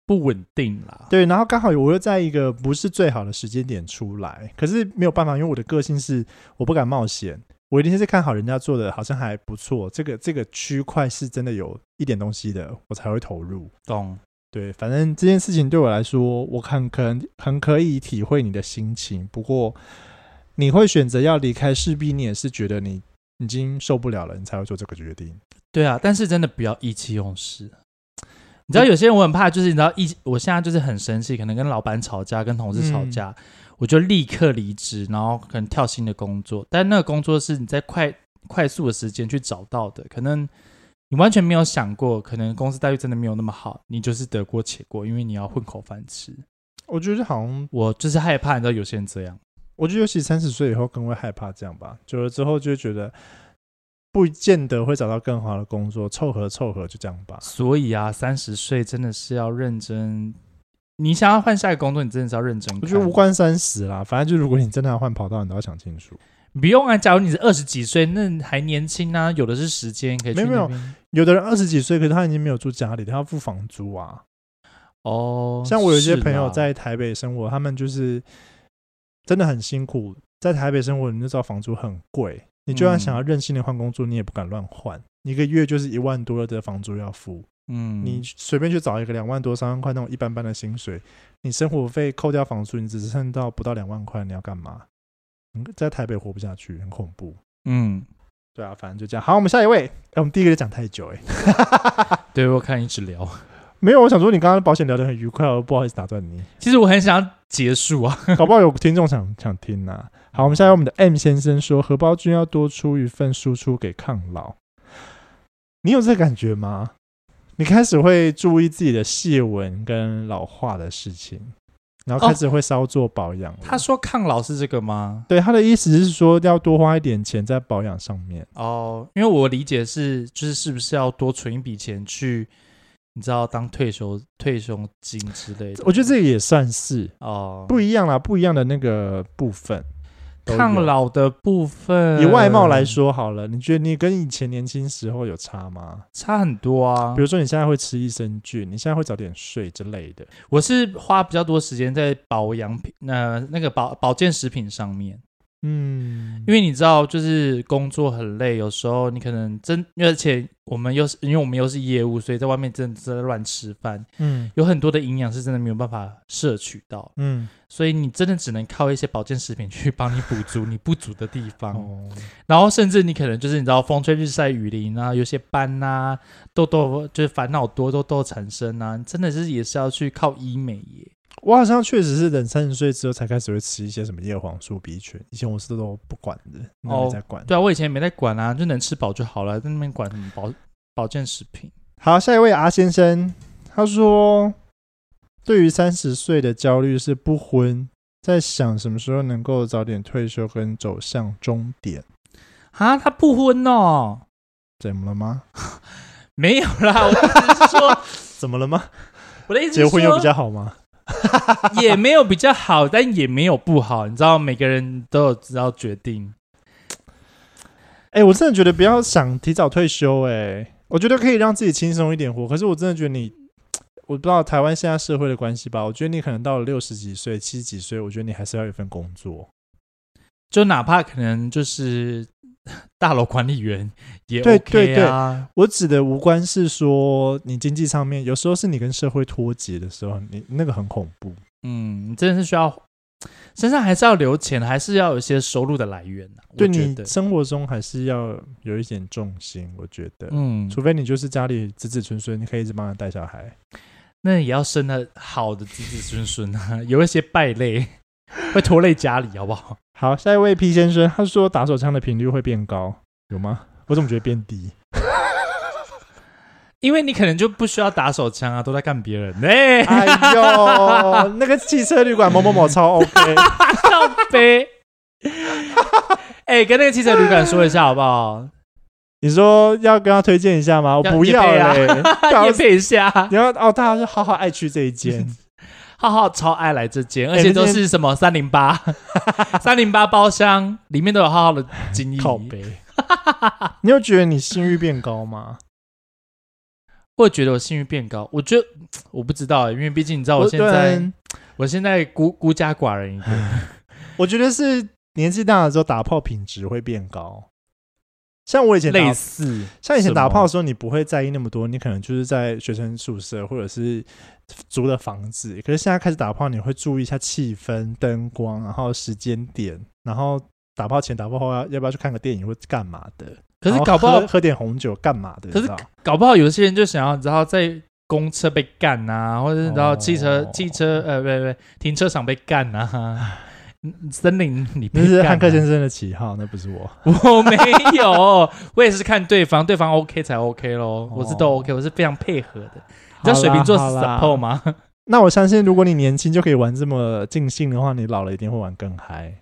[SPEAKER 2] 不稳定啦。
[SPEAKER 1] 对，然后刚好我又在一个不是最好的时间点出来，可是没有办法，因为我的个性是我不敢冒险，我一定是看好人家做的好像还不错，这个这个区块是真的有一点东西的，我才会投入。
[SPEAKER 2] 懂，
[SPEAKER 1] 对，反正这件事情对我来说，我很可能很可以体会你的心情。不过，你会选择要离开，势必你也是觉得你已经受不了了，你才会做这个决定。
[SPEAKER 2] 对啊，但是真的不要意气用事。你知道有些人我很怕，就是你知道一，我现在就是很生气，可能跟老板吵架，跟同事吵架，我就立刻离职，然后可能跳新的工作。但那个工作是你在快快速的时间去找到的，可能你完全没有想过，可能公司待遇真的没有那么好，你就是得过且过，因为你要混口饭吃。
[SPEAKER 1] 我觉得好像，
[SPEAKER 2] 我就是害怕，你知道有些人这样，
[SPEAKER 1] 我觉得尤其三十岁以后更会害怕这样吧。久了之后就会觉得，不见得会找到更好的工作，凑合凑合就这样吧。
[SPEAKER 2] 所以啊，三十岁真的是要认真。你想要换下一个工作，你真的是要认真看。
[SPEAKER 1] 我觉得无关三十啦，反正就如果你真的要换跑道，你都要想清楚。
[SPEAKER 2] 不用啊，假如你是二十几岁，那还年轻啊，有的是时间可以去
[SPEAKER 1] 没有
[SPEAKER 2] 那边
[SPEAKER 1] 有的人二十几岁，可是他已经没有住家里，他要付房租啊。
[SPEAKER 2] 哦。
[SPEAKER 1] 像我有一些
[SPEAKER 2] 是啦
[SPEAKER 1] 朋友在台北生活，他们就是真的很辛苦，在台北生活，你就知道房租很贵，你就算想要任性的换工作，你也不敢乱换，一个月就是一万多的房租要付，
[SPEAKER 2] 嗯，
[SPEAKER 1] 你随便去找一个两万多、三万块那种一般般的薪水，你生活费扣掉房租，你只剩到不到两万块，你要干嘛？嗯在台北活不下去，很恐怖。
[SPEAKER 2] 嗯，
[SPEAKER 1] 对啊，反正就这样。好，我们下一位。哎、我们第一个就讲太久、哎，
[SPEAKER 2] 对我看一直聊，
[SPEAKER 1] 没有，我想说你刚刚保险聊得很愉快，我不好意思打断你。
[SPEAKER 2] 其实我很想要结束啊。
[SPEAKER 1] 搞不好有听众想想听呐、好，我们现在我们的 M 先生说，荷包君要多出一份输出给抗老。你有这感觉吗？你开始会注意自己的细纹跟老化的事情，然后开始会稍作保养了。
[SPEAKER 2] 哦他说抗老是这个吗？
[SPEAKER 1] 对他的意思是说要多花一点钱在保养上面。
[SPEAKER 2] 哦，因为我理解是，就是是不是要多存一笔钱去，你知道当退休退休金之类的？
[SPEAKER 1] 我觉得这个也算是
[SPEAKER 2] 哦，
[SPEAKER 1] 不一样啦，不一样的那个部分。都有
[SPEAKER 2] 抗老呃的部分，
[SPEAKER 1] 以外貌来说好了，你觉得你跟以前年轻时候有差吗？
[SPEAKER 2] 差很多啊。
[SPEAKER 1] 比如说你现在会吃益生菌，你现在会早点睡之类的。
[SPEAKER 2] 我是花比较多时间在保养品，呃，那个保保健食品上面，
[SPEAKER 1] 嗯，
[SPEAKER 2] 因为你知道，就是工作很累，有时候你可能真，而且我们又是因为我们又是业务，所以在外面真的是在乱吃饭，
[SPEAKER 1] 嗯
[SPEAKER 2] 有很多的营养是真的没有办法摄取到，
[SPEAKER 1] 嗯
[SPEAKER 2] 所以你真的只能靠一些保健食品去帮你补足你不足的地方。
[SPEAKER 1] 哦，
[SPEAKER 2] 然后甚至你可能就是你知道风吹日晒雨淋啊，有些斑呐、痘痘就是烦恼多痘痘产生啊，真的是也是要去靠医美耶。
[SPEAKER 1] 我好像确实是等三十岁之后才开始会吃一些什么叶黄素 B 群，以前我是都不管的，那
[SPEAKER 2] 哦
[SPEAKER 1] 在管。
[SPEAKER 2] 对啊，我以前也没在管啊，就能吃饱就好了，在那边管什么保保健食品？
[SPEAKER 1] 好，下一位 R 先生，他说，对于三十岁的焦虑是不婚，在想什么时候能够早点退休跟走向终点，
[SPEAKER 2] 啊，他不婚哦，
[SPEAKER 1] 怎么了吗？
[SPEAKER 2] 没有啦，我的意思是说，
[SPEAKER 1] 怎么了吗？
[SPEAKER 2] 我的意思是
[SPEAKER 1] 结
[SPEAKER 2] 说
[SPEAKER 1] 婚又比较好吗？
[SPEAKER 2] 也没有比较好，但也没有不好，你知道，每个人都有知道决定。
[SPEAKER 1] 哎、我真的觉得不要想提早退休、哎，我觉得可以让自己轻松一点活。可是我真的觉得你，我不知道台湾现在社会的关系吧，我觉得你可能到了六十几岁、七十几岁，我觉得你还是要有一份工作。
[SPEAKER 2] 就哪怕可能就是 大楼管理员也
[SPEAKER 1] 对对
[SPEAKER 2] OK 啊，
[SPEAKER 1] 对我指的无关是说你经济上面，有时候是你跟社会脱节的时候，你那个很恐怖。
[SPEAKER 2] 嗯，你真的是需要身上还是要留钱，还是要有一些收入的来源、啊、
[SPEAKER 1] 对
[SPEAKER 2] 我觉
[SPEAKER 1] 你
[SPEAKER 2] 得
[SPEAKER 1] 生活中还是要有一点重心，我觉得，
[SPEAKER 2] 嗯，
[SPEAKER 1] 除非你就是家里子子孙孙，你可以一直帮他带小孩。
[SPEAKER 2] 那也要生的好的子子孙孙啊， 有一些败类 会拖累家里，好不好？
[SPEAKER 1] 好，下一位 P 先生，他说打手枪的频率会变高，有吗？我怎么觉得变低？
[SPEAKER 2] 因为你可能就不需要打手枪啊，都在干别人 哎、
[SPEAKER 1] 哎呦，那个汽车旅馆某某某 超 OK，
[SPEAKER 2] 靠背。哎、跟那个汽车旅馆说一下好不好？
[SPEAKER 1] 你说要跟他推荐一下吗？我
[SPEAKER 2] 要
[SPEAKER 1] 不
[SPEAKER 2] 业
[SPEAKER 1] 要
[SPEAKER 2] 配啊
[SPEAKER 1] 嘞，
[SPEAKER 2] 也
[SPEAKER 1] 告诉
[SPEAKER 2] 配一下，
[SPEAKER 1] 你要哦，大家就好好爱去这一间，
[SPEAKER 2] 浩浩超爱来这间，而
[SPEAKER 1] 哎
[SPEAKER 2] 且
[SPEAKER 1] 那
[SPEAKER 2] 都
[SPEAKER 1] 间
[SPEAKER 2] 是什么三零八、 三零八包厢里面都有浩浩的精英。
[SPEAKER 1] 靠背。你有觉得你性欲变高吗？
[SPEAKER 2] 会觉得我性欲变高，我觉得我不知道欸，因为毕竟你知道 我现在
[SPEAKER 1] 对，啊
[SPEAKER 2] 我现在孤孤家寡人 一个，
[SPEAKER 1] 我觉得是年纪大了之后打炮品质会变高。像我以前打
[SPEAKER 2] 类似
[SPEAKER 1] 像以前打
[SPEAKER 2] 什么
[SPEAKER 1] 炮的时候，你不会在意那么多，你可能就是在学生宿舍或者是租的房子。可是现在开始打炮，你会注意一下气氛、灯光，然后时间点，然后打炮前、打炮后要要不要去看个电影或干嘛的。
[SPEAKER 2] 可是
[SPEAKER 1] 然后
[SPEAKER 2] 搞不好
[SPEAKER 1] 喝，喝点红酒干嘛的，
[SPEAKER 2] 可
[SPEAKER 1] 你
[SPEAKER 2] 是
[SPEAKER 1] 知道
[SPEAKER 2] 搞不好有些人就想要，然后在公车被干啊，或者是然后汽车、
[SPEAKER 1] 哦
[SPEAKER 2] 汽车呃，不不不，停车场被干啊，嗯森林里
[SPEAKER 1] 那
[SPEAKER 2] 被
[SPEAKER 1] 是
[SPEAKER 2] 干、啊
[SPEAKER 1] 汉。克先生的旗号，那不是我。
[SPEAKER 2] 我没有， 我也是看对方，对方 OK 才 OK 咯，我是都
[SPEAKER 1] 哦
[SPEAKER 2] OK，我是非常配合的。你知道水
[SPEAKER 1] 好啦
[SPEAKER 2] 瓶座
[SPEAKER 1] 好啦
[SPEAKER 2] support 吗？
[SPEAKER 1] 那我相信，如果你年轻就可以玩这么尽兴的话，你老了一定会玩更嗨，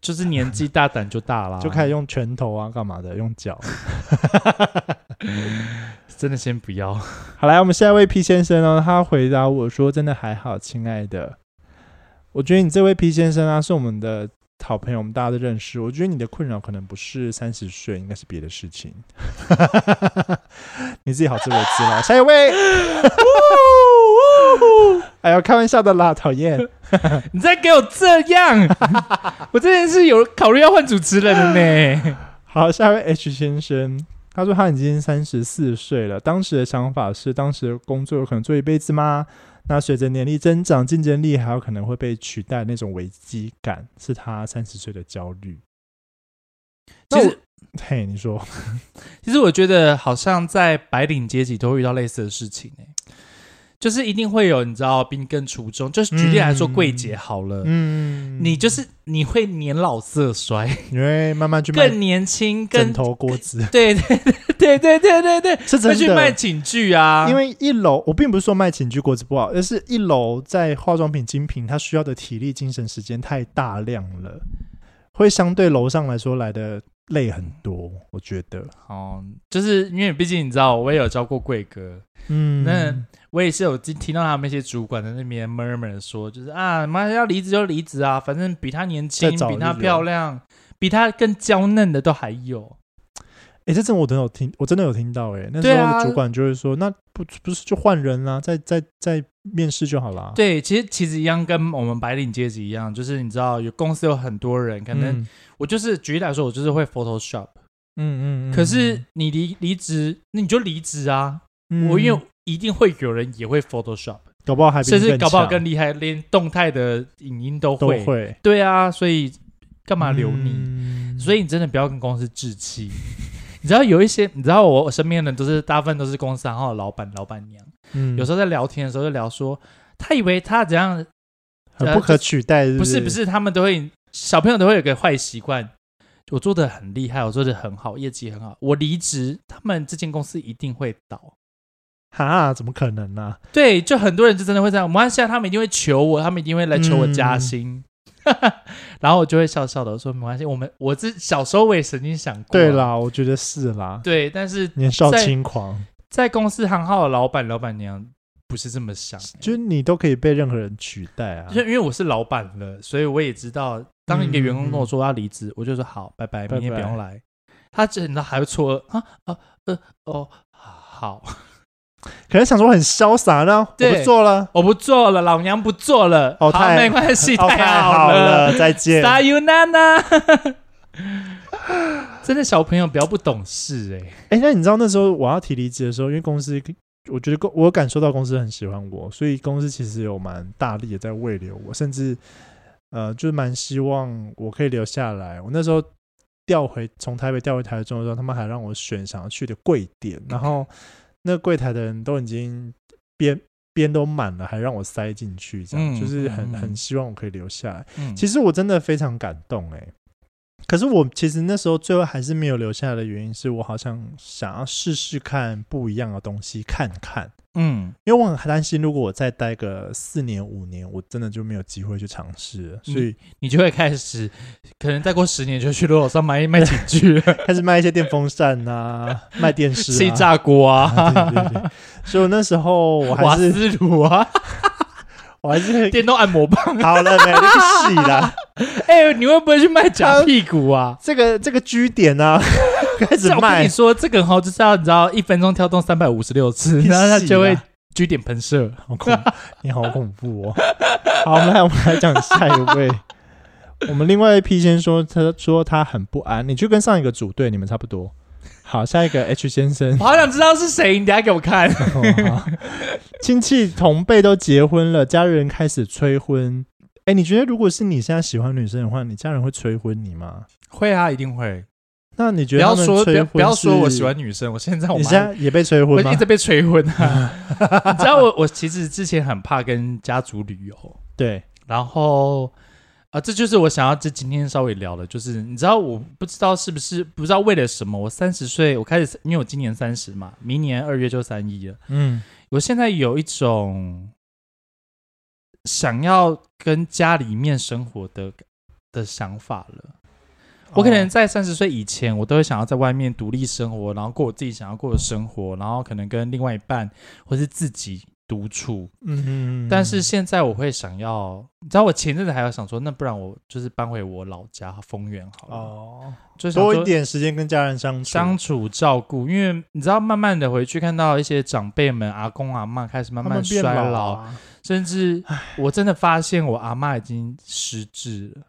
[SPEAKER 2] 就是年纪大胆就大啦，
[SPEAKER 1] 就开始用拳头啊，干嘛的，用脚。
[SPEAKER 2] 真的先不要。
[SPEAKER 1] 好，来，我们下一位 P 先生呢，他回答我说：“真的还好，亲爱的。我觉得你这位 P 先生啊，是我们的好朋友，我们大家都认识。我觉得你的困扰可能不是 三十岁，应该是别的事情。 你自己好自为之啦。下一位， 哎呦，开玩笑的啦，讨厌。
[SPEAKER 2] 你再给我这 样，我真的是有考虑要换主持人了呢。
[SPEAKER 1] 好，下一位 H 先生，他说他已经三十四岁了，当时的想法是，当时的工作有可能做一辈子吗？那随着年龄增长，竞争力还有可能会被取代，那种危机感是他三十岁的焦虑。
[SPEAKER 2] 其
[SPEAKER 1] 那
[SPEAKER 2] 实，
[SPEAKER 1] 嘿，你说，
[SPEAKER 2] 其实我觉得好像在白领阶级都会遇到类似的事情、欸、就是一定会有你知道冰更初衷，就是举例来说，
[SPEAKER 1] 嗯
[SPEAKER 2] 柜姐好了，
[SPEAKER 1] 嗯，
[SPEAKER 2] 你就是你会年老色衰，
[SPEAKER 1] 你会慢慢去卖
[SPEAKER 2] 更年轻，
[SPEAKER 1] 枕
[SPEAKER 2] 更
[SPEAKER 1] 头锅子，
[SPEAKER 2] 对对对对对对对，
[SPEAKER 1] 是
[SPEAKER 2] 会
[SPEAKER 1] 真
[SPEAKER 2] 去卖
[SPEAKER 1] 的。
[SPEAKER 2] 寝具啊，
[SPEAKER 1] 因为一楼，我并不是说卖寝具锅子不好，而是一楼在化妆品精品，它需要的体力、精神、时间太大量了，会相对楼上来说来的累很多。我觉得，
[SPEAKER 2] 哦，就是因为毕竟你知道，我也有教过贵哥，
[SPEAKER 1] 嗯，
[SPEAKER 2] 那我也是有听听到他们一些主管在那边 murmur 说，就是啊，妈要离职就离职啊，反正比他年轻，
[SPEAKER 1] 再找啊
[SPEAKER 2] 比他
[SPEAKER 1] 就有
[SPEAKER 2] 漂亮，比他更娇嫩的都还有。
[SPEAKER 1] 哎、这真的我真的有听，我真的有听到哎、那
[SPEAKER 2] 对
[SPEAKER 1] 时
[SPEAKER 2] 啊
[SPEAKER 1] 候的主管就会说，那不不是就换人啊啦、再再再面试就好啦。
[SPEAKER 2] 对，其实其实一样，跟我们白领阶级一样，就是你知道，有公司有很多人，可
[SPEAKER 1] 嗯，
[SPEAKER 2] 能我就是举例来说，我就是会 Photoshop，、
[SPEAKER 1] 嗯嗯嗯，
[SPEAKER 2] 可是你离离职，那你就离职啊，
[SPEAKER 1] 嗯
[SPEAKER 2] 我因为一定会有人也会 Photoshop，
[SPEAKER 1] 搞不好还比你
[SPEAKER 2] 甚至
[SPEAKER 1] 更
[SPEAKER 2] 搞不好
[SPEAKER 1] 强
[SPEAKER 2] 更厉害，连动态的影音都
[SPEAKER 1] 都
[SPEAKER 2] 会。
[SPEAKER 1] 会
[SPEAKER 2] 对啊，所以干嘛留你？
[SPEAKER 1] 嗯
[SPEAKER 2] 所以你真的不要跟公司置气。 你知道有一些，你知道我我身边的人都是大部分都是公司行号的老板、老板娘，
[SPEAKER 1] 嗯
[SPEAKER 2] 有时候在聊天的时候就聊说，他以为他怎样，
[SPEAKER 1] 很
[SPEAKER 2] 呃
[SPEAKER 1] 不可取代，
[SPEAKER 2] 不是
[SPEAKER 1] 是
[SPEAKER 2] 不，是，他们都会小朋友都会有个坏习惯，我做的很厉害，我做的很好，业绩很好，我离职，他们这间公司一定会倒。
[SPEAKER 1] 哈，怎么可能啊呢、
[SPEAKER 2] 对，就很多人就真的会这样，我现在啊他们一定会求我，他们一定会来求我加薪。
[SPEAKER 1] 嗯
[SPEAKER 2] 然后我就会笑笑的说：“没关系，我们我这小时候我也曾经想过，
[SPEAKER 1] 对，啦，我觉得是啦，
[SPEAKER 2] 对，但是
[SPEAKER 1] 年少
[SPEAKER 2] 在
[SPEAKER 1] 轻狂，
[SPEAKER 2] 在公司行号的老板、老板娘不是这么想、
[SPEAKER 1] 就是你都可以被任何人取代啊
[SPEAKER 2] 就。因为我是老板了，所以我也知道，当一个员工跟我说要离职，我就说好，拜拜，
[SPEAKER 1] 嗯拜
[SPEAKER 2] 明天不用来。他真的还会错愕啊啊呃哦，好，
[SPEAKER 1] 可能想说很潇洒呢，我
[SPEAKER 2] 对
[SPEAKER 1] 不做了，
[SPEAKER 2] 我不做了，老娘不做了，
[SPEAKER 1] 哦
[SPEAKER 2] 好，
[SPEAKER 1] 太
[SPEAKER 2] 没关系，
[SPEAKER 1] 哦，
[SPEAKER 2] 太
[SPEAKER 1] 太
[SPEAKER 2] 好
[SPEAKER 1] 好了，再见。
[SPEAKER 2] 撒尤娜娜。 真的小朋友不要不懂事哎、
[SPEAKER 1] 哎、那你知道那时候我要提离职的时候，因为公司，我觉得公我有感受到公司很喜欢我，所以公司其实有蛮大力的在慰留我，甚至呃，就是蛮希望我可以留下来。我那时候调回从台北调回台中的时候，他们还让我选想要去的柜点，然后那柜台的人都已经边边都满了，还让我塞进去，这样、
[SPEAKER 2] 嗯
[SPEAKER 1] 就是很
[SPEAKER 2] 嗯嗯
[SPEAKER 1] 很希望我可以留下来。
[SPEAKER 2] 嗯，
[SPEAKER 1] 其
[SPEAKER 2] 实
[SPEAKER 1] 实我真的非常感动哎、可是我其实那时候最后还是没有留下来的原因，是我好像想要试试看不一样的东西看看，
[SPEAKER 2] 嗯，
[SPEAKER 1] 因为我很担心，如果我再待个四年五年，我真的就没有机会去尝试了，所以
[SPEAKER 2] 你就会开始，可能再过十年就去楼上买买寝具了。
[SPEAKER 1] 开始卖一些电风扇啊，卖电视
[SPEAKER 2] 气
[SPEAKER 1] 啊，
[SPEAKER 2] 炸锅啊，
[SPEAKER 1] 啊对对对，所以我那时候我
[SPEAKER 2] 瓦
[SPEAKER 1] 还 是
[SPEAKER 2] 斯炉 啊，
[SPEAKER 1] 我还是
[SPEAKER 2] 电动按摩棒。
[SPEAKER 1] 好了没那个戏啦，
[SPEAKER 2] 哎、你会不会去卖假屁股 啊？
[SPEAKER 1] 这个这个据点啊， 开始
[SPEAKER 2] 这我跟
[SPEAKER 1] 卖
[SPEAKER 2] 你说，这个哈就是要你知道，一分钟跳动三百五十六次，
[SPEAKER 1] 屁
[SPEAKER 2] 然后它
[SPEAKER 1] 戏
[SPEAKER 2] 就会
[SPEAKER 1] 啦
[SPEAKER 2] 居点喷射。
[SPEAKER 1] 好恐， 你好恐怖哦！好，我们来，我们来讲下一位。我们另外一批先说，他说他很不安，你就跟上一个组队，你们差不多。好，下一个 H 先生
[SPEAKER 2] 我，好想知道是谁，你等下给我看。
[SPEAKER 1] 哦好亲戚同辈都结婚了，家人开始催婚。哎，你觉得如果是你现在喜欢女生的话，你家人会催婚你吗？
[SPEAKER 2] 会啊，一定会。
[SPEAKER 1] 那你
[SPEAKER 2] 不
[SPEAKER 1] 觉得
[SPEAKER 2] 要
[SPEAKER 1] 他们
[SPEAKER 2] 说，不
[SPEAKER 1] 催
[SPEAKER 2] 要
[SPEAKER 1] 婚
[SPEAKER 2] 不要说
[SPEAKER 1] 是
[SPEAKER 2] 我喜，欢女生，我现在我
[SPEAKER 1] 你
[SPEAKER 2] 妈
[SPEAKER 1] 现在也被催
[SPEAKER 2] 我
[SPEAKER 1] 婚吗
[SPEAKER 2] 一？直被催 婚啊。你知道我我其实之前很怕跟家族旅游，
[SPEAKER 1] 对，
[SPEAKER 2] 然后啊、这就是我想要这今天稍微聊的，就是你知道，我不知道是不是不知道为了什么，我三十岁我开始，因为我今年三十嘛，明年二月就三一了，
[SPEAKER 1] 嗯，
[SPEAKER 2] 我现在有一种想要跟家里面生活的的想法了。
[SPEAKER 1] 哦
[SPEAKER 2] 我可能在三十岁以前，我都会想要在外面独立生活，然后过我自己想要过的生活，然后可能跟另外一半或是自己独处。
[SPEAKER 1] 嗯，嗯嗯，
[SPEAKER 2] 但是现在我会想要，你知道，我前阵子还有想说，那不然我就是搬回我老家丰原好了，
[SPEAKER 1] 哦，
[SPEAKER 2] 就想
[SPEAKER 1] 多一
[SPEAKER 2] 说
[SPEAKER 1] 点时间跟家人相处，
[SPEAKER 2] 相处照顾，因为你知道，慢慢的回去看到一些长辈们、阿公阿妈开始慢
[SPEAKER 1] 他
[SPEAKER 2] 慢
[SPEAKER 1] 们
[SPEAKER 2] 衰
[SPEAKER 1] 变
[SPEAKER 2] 老，
[SPEAKER 1] 老啊。
[SPEAKER 2] 甚至我真的发现我阿妈已经失智了。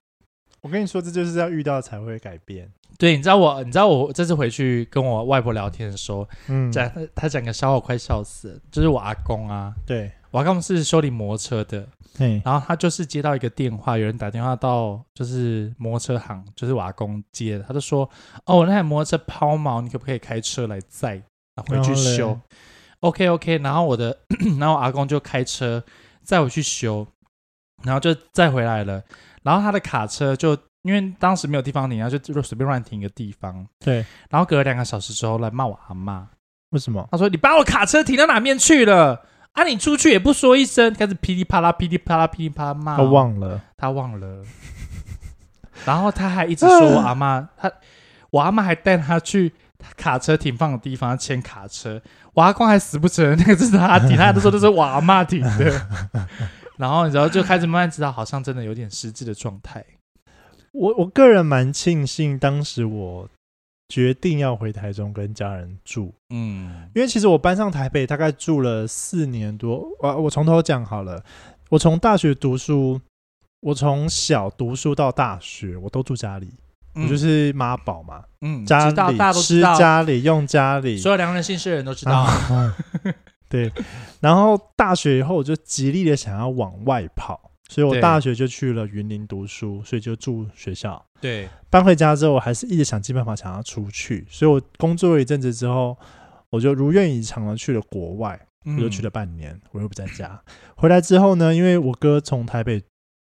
[SPEAKER 1] 我跟你说，这就是要遇到才会改变。
[SPEAKER 2] 对，你知道我，你知道我这次回去跟我外婆聊天的时候，
[SPEAKER 1] 嗯
[SPEAKER 2] 讲她讲个笑话，我快笑死了。就是我阿公啊，
[SPEAKER 1] 对，
[SPEAKER 2] 我阿公是修理摩托车的，
[SPEAKER 1] 嘿，
[SPEAKER 2] 然后他就是接到一个电话，有人打电话到就是摩托车行，就是我阿公接的，他就说：“哦，我那台摩托车抛锚，你可不可以开车来载，然后回去
[SPEAKER 1] 然后嘞
[SPEAKER 2] 修？” OK OK，然后我的 然后我阿公就开车载我去修，然后就载回来了，然后他的卡车就因为当时没有地方停，啊然后就就随便乱停一个地方，
[SPEAKER 1] 对，
[SPEAKER 2] 然后隔了两个小时之后来骂我阿妈，
[SPEAKER 1] 为什么？
[SPEAKER 2] 他说你把我卡车停到哪边去了？啊，你出去也不说一声，开始噼里啪啦噼里啪啦噼里啪啦骂
[SPEAKER 1] 他
[SPEAKER 2] 我，
[SPEAKER 1] 哦忘了，
[SPEAKER 2] 他忘了， 然后他还一直说
[SPEAKER 1] 嗯
[SPEAKER 2] 我阿妈，他我阿妈还带他去卡车停放的地方签卡车，我阿公还死不承认那个是他 停，他都说这是我阿妈停的， 然后然后就开始慢慢知道，好像真的有点失智的状态。
[SPEAKER 1] 我我个人蛮庆幸，当时我决定要回台中跟家人住，
[SPEAKER 2] 嗯
[SPEAKER 1] 因为其实我搬上台北大概住了四年多。我我从头讲好了，我从大学读书，我从小读书到大学，我都住家里，我就是妈宝嘛，
[SPEAKER 2] 嗯，
[SPEAKER 1] 家
[SPEAKER 2] 知道
[SPEAKER 1] 里
[SPEAKER 2] 大家都
[SPEAKER 1] 吃
[SPEAKER 2] 知道，
[SPEAKER 1] 家里用家里，
[SPEAKER 2] 所有良人姓氏的人都知道。
[SPEAKER 1] 啊 对，然后大学以后我就极力的想要往外跑，所以我
[SPEAKER 2] 对
[SPEAKER 1] 大学就去了云林读书，所以就住学校。
[SPEAKER 2] 对，
[SPEAKER 1] 搬回家之后，我还是一直想尽办法想要出去，所以我工作了一阵子之后，我就如愿以偿的去了国外，我就
[SPEAKER 2] 嗯
[SPEAKER 1] 去了半年，我又不在家。回来之后呢，因为我哥从台北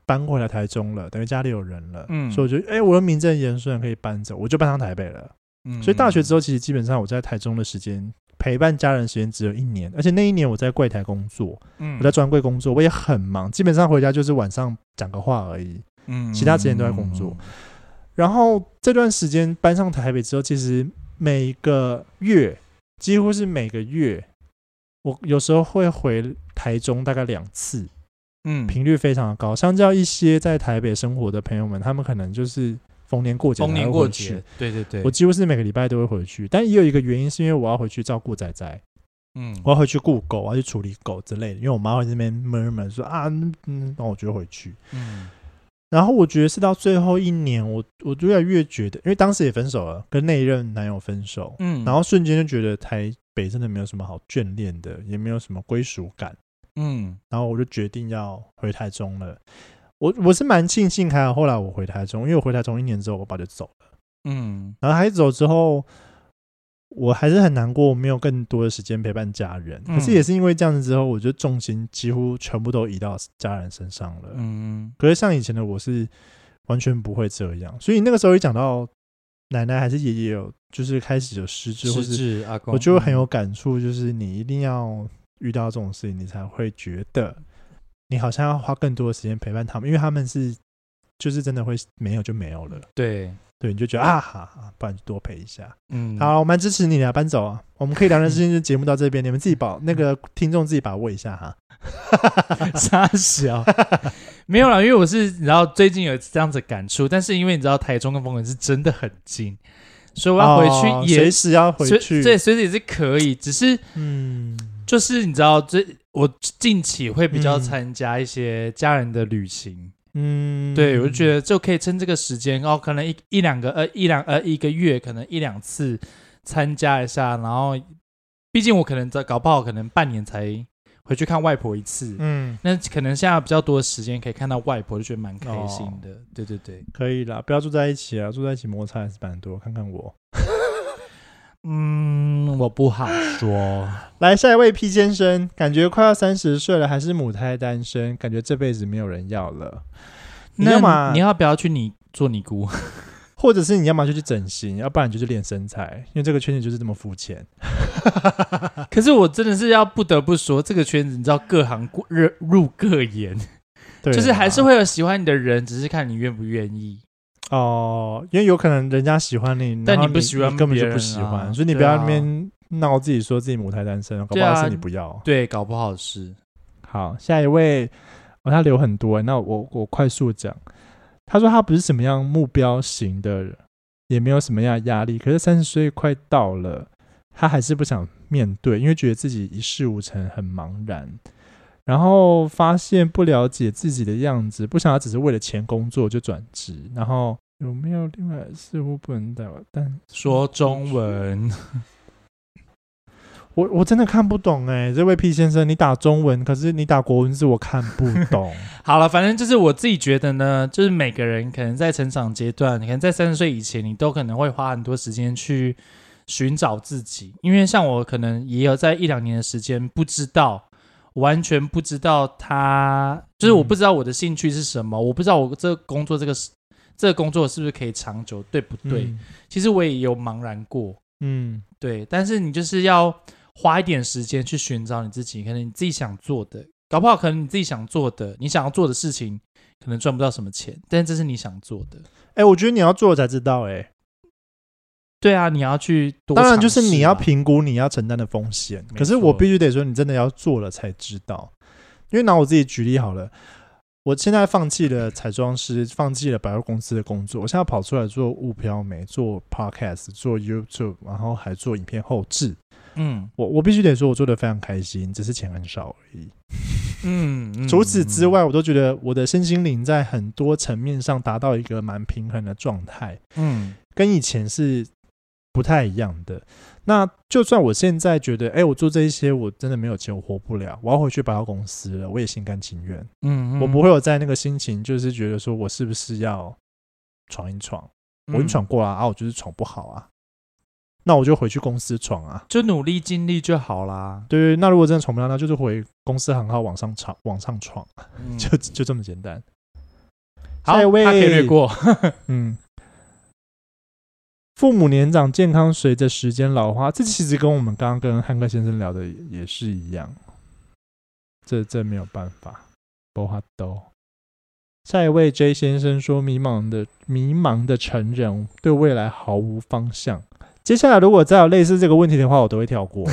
[SPEAKER 1] 搬回来台中了，等于家里有人了，
[SPEAKER 2] 嗯
[SPEAKER 1] 所以我觉得，哎、我又名正言顺地可以搬走，我就搬上台北了。
[SPEAKER 2] 嗯，
[SPEAKER 1] 所以大学之
[SPEAKER 2] 后，
[SPEAKER 1] 后，其实基本上我在台中的时间陪伴家人的时间只有一年，而且那一年我在柜台工作，
[SPEAKER 2] 嗯
[SPEAKER 1] 我在专柜工作，我也很忙，基本上回家就是晚上讲个话而已。
[SPEAKER 2] 嗯
[SPEAKER 1] 其他时间都在工作。然后这段时间搬上台北之后，其实每个月几乎是每个月，我有时候会回台中大概两次，
[SPEAKER 2] 嗯，
[SPEAKER 1] 频率非常的高。相较一些在台北生活的朋友们，他们可能就是逢年过节才
[SPEAKER 2] 逢年
[SPEAKER 1] 会
[SPEAKER 2] 过
[SPEAKER 1] 回去
[SPEAKER 2] 节，对对对，
[SPEAKER 1] 我几乎是每个礼拜都会回去，但也有一个原因是因为我要回去照顾仔仔，
[SPEAKER 2] 嗯
[SPEAKER 1] 我要回去顾狗，我要去处理狗之类的。因为我妈会在那边 murmur 说啊，嗯，嗯那我就回去。
[SPEAKER 2] 嗯
[SPEAKER 1] 然后我觉得是到最后一年，我我越来越觉得，因为当时也分手了，跟那一任男友分手，
[SPEAKER 2] 嗯，
[SPEAKER 1] 然后瞬间就觉得台北真的没有什么好眷恋的，也没有什么归属感。
[SPEAKER 2] 嗯
[SPEAKER 1] 然后我就决定要回台中了。我我是蛮庆幸，还好后来我回台中，因为我回台中一年之后，我爸就走了。
[SPEAKER 2] 嗯
[SPEAKER 1] 然后孩子走之后，我还是很难过，我没有更多的时间陪伴家人。
[SPEAKER 2] 嗯
[SPEAKER 1] 可是也是因为这样子之后，我觉得重心几乎全部都移到家人身上了。
[SPEAKER 2] 嗯
[SPEAKER 1] 可是像以前的我是完全不会这样，所以那个时候一讲到奶奶还是爷爷有，就是开始有失智，或
[SPEAKER 2] 失
[SPEAKER 1] 是
[SPEAKER 2] 智嗯阿公，
[SPEAKER 1] 我就会很有感触，就是你一定要遇到这种事情，你才会觉得你好像要花更多的时间陪伴他们，因为他们是就是真的会没有就没有了。
[SPEAKER 2] 嗯对，
[SPEAKER 1] 对，你就觉得啊哈哈，不然就多陪一下。
[SPEAKER 2] 嗯，
[SPEAKER 1] 好，我蛮支持你的，搬走啊。我们可以聊人之间的节目到这边，你们自己把那
[SPEAKER 2] 嗯
[SPEAKER 1] 个听众自己把握一下哈。
[SPEAKER 2] 傻小， 没有啦，因为我是你知道最近有这样子的感触，但是因为你知道台中跟丰原是真的很近，所以我要
[SPEAKER 1] 哦
[SPEAKER 2] 回去也
[SPEAKER 1] 随时要回
[SPEAKER 2] 随
[SPEAKER 1] 去。
[SPEAKER 2] 对，随时也是可以，只是
[SPEAKER 1] 嗯，
[SPEAKER 2] 就是你知道最我近期会比较
[SPEAKER 1] 嗯
[SPEAKER 2] 参加一些家人的旅行，
[SPEAKER 1] 嗯，
[SPEAKER 2] 对，我就觉得就可以趁这个时间，然后可能一一两个呃一两呃一个月，可能一两次参加一下，然后毕竟我可能在搞不好可能半年才回去看外婆一次，
[SPEAKER 1] 嗯，
[SPEAKER 2] 那可能现在比较多的时间可以看到外婆，就觉得蛮开心的。
[SPEAKER 1] 哦
[SPEAKER 2] 对对对，
[SPEAKER 1] 可以啦，不要住在一起啊，住在一起摩擦还是蛮多。看看我，
[SPEAKER 2] 嗯，我不好 说，
[SPEAKER 1] 来下一位 P 先生，感觉快要三十岁了，还是母胎单身，感觉这辈子没有人要了。你要
[SPEAKER 2] 那
[SPEAKER 1] 么
[SPEAKER 2] 你要不要去你做尼姑？
[SPEAKER 1] 或者是你要么就去整形，要不然你就是练身材，因为这个圈子就是这么肤浅。
[SPEAKER 2] 可是我真的是要不得不说，这个圈子你知道，各行各入入各眼，
[SPEAKER 1] 对啊啦，
[SPEAKER 2] 就是还是会有喜欢你的人，只是看你愿不愿意。
[SPEAKER 1] 哦，因为有可能人家喜欢你，
[SPEAKER 2] 但
[SPEAKER 1] 然后
[SPEAKER 2] 你
[SPEAKER 1] 你
[SPEAKER 2] 不喜欢
[SPEAKER 1] 你根本
[SPEAKER 2] 别
[SPEAKER 1] 就
[SPEAKER 2] 人
[SPEAKER 1] 不喜
[SPEAKER 2] 啊
[SPEAKER 1] 欢，所以你不
[SPEAKER 2] 对
[SPEAKER 1] 要
[SPEAKER 2] 啊
[SPEAKER 1] 那边闹自己说自己母胎单身，搞
[SPEAKER 2] 对
[SPEAKER 1] 不
[SPEAKER 2] 啊
[SPEAKER 1] 好是你不要。
[SPEAKER 2] 对，搞不好是，
[SPEAKER 1] 好，下一位，哦，他留很多欸，那我我快速讲，他说他不是什么样目标型的人，也没有什么样的压力，可是三十岁快到了，他还是不想面对，因为觉得自己一事无成，很茫然。然后发现不了解自己的样子，不想要只是为了钱工作就转职。然后有没有另外似乎不能代表，但
[SPEAKER 2] 说中文，
[SPEAKER 1] 我我真的看不懂哎、这位 P 先生，你打中文，可是你打国文字，我看不懂。
[SPEAKER 2] 好了，反正就是我自己觉得呢，就是每个人可能在成长阶段，你可能在三十岁以前，你都可能会花很多时间去寻找自己，因为像我可能也有在一两年的时间不知道，完全不知道他，就是我不知道我的兴趣是什么，我不知道我这个工作这个这个工作是不是可以长久，对不对？
[SPEAKER 1] 嗯
[SPEAKER 2] 其实我也有茫然过，
[SPEAKER 1] 嗯
[SPEAKER 2] 对，但是你就是要花一点时间去寻找你自己，可能你自己想做的，搞不好可能你自己想做的，你想要做的事情，可能赚不到什么钱，但这是你想做的。
[SPEAKER 1] 哎、我觉得你要做了才知道、哎，
[SPEAKER 2] 对啊，你要去多、啊
[SPEAKER 1] 当然就是你要，评估你要承担的风险，
[SPEAKER 2] 没
[SPEAKER 1] 可是我
[SPEAKER 2] 错
[SPEAKER 1] 必须得说，你真的要做了才知道。因为拿我自己举例好了，我现在放弃了彩妆师，放弃了百货公司的工作，我现在跑出来做物漂美，做 podcast，做 YouTube，然后还做影片后置。
[SPEAKER 2] 嗯
[SPEAKER 1] 我我必须得说，我做的非常开心，只是钱很少而已。
[SPEAKER 2] 嗯，嗯
[SPEAKER 1] 除此之，外，我都觉得我的身心灵在很多层面上达到一个蛮平衡的状态。
[SPEAKER 2] 嗯
[SPEAKER 1] 跟以前是不太一样的。那就算我现在觉得，哎、我做这一些我真的没有钱，我活不了，我要回去百货公司了，我也心甘情愿，
[SPEAKER 2] 嗯，嗯
[SPEAKER 1] 我不会有在那个心情，就是觉得说我是不是要闯一闯？我已经闯，
[SPEAKER 2] 嗯
[SPEAKER 1] 过了啊，啊我就是闯不好啊，那我就回去公司闯啊。
[SPEAKER 2] 就努力尽力就好 啦。
[SPEAKER 1] 对，那如果真的闯不了，那就是回公司行号往上闯，往上闯，
[SPEAKER 2] 嗯
[SPEAKER 1] 就就这么简单。
[SPEAKER 2] 好，
[SPEAKER 1] 下一位
[SPEAKER 2] 他可以略过。
[SPEAKER 1] 嗯，父母年长，健康随着时间老化，这其实跟我们刚刚跟汉克先生聊的也是一样，这这没有办法，不法都。下一位 J 先生说：“迷茫的迷茫的成人对未来毫无方向。”接下来如果再有类似这个问题的话，我都会跳过。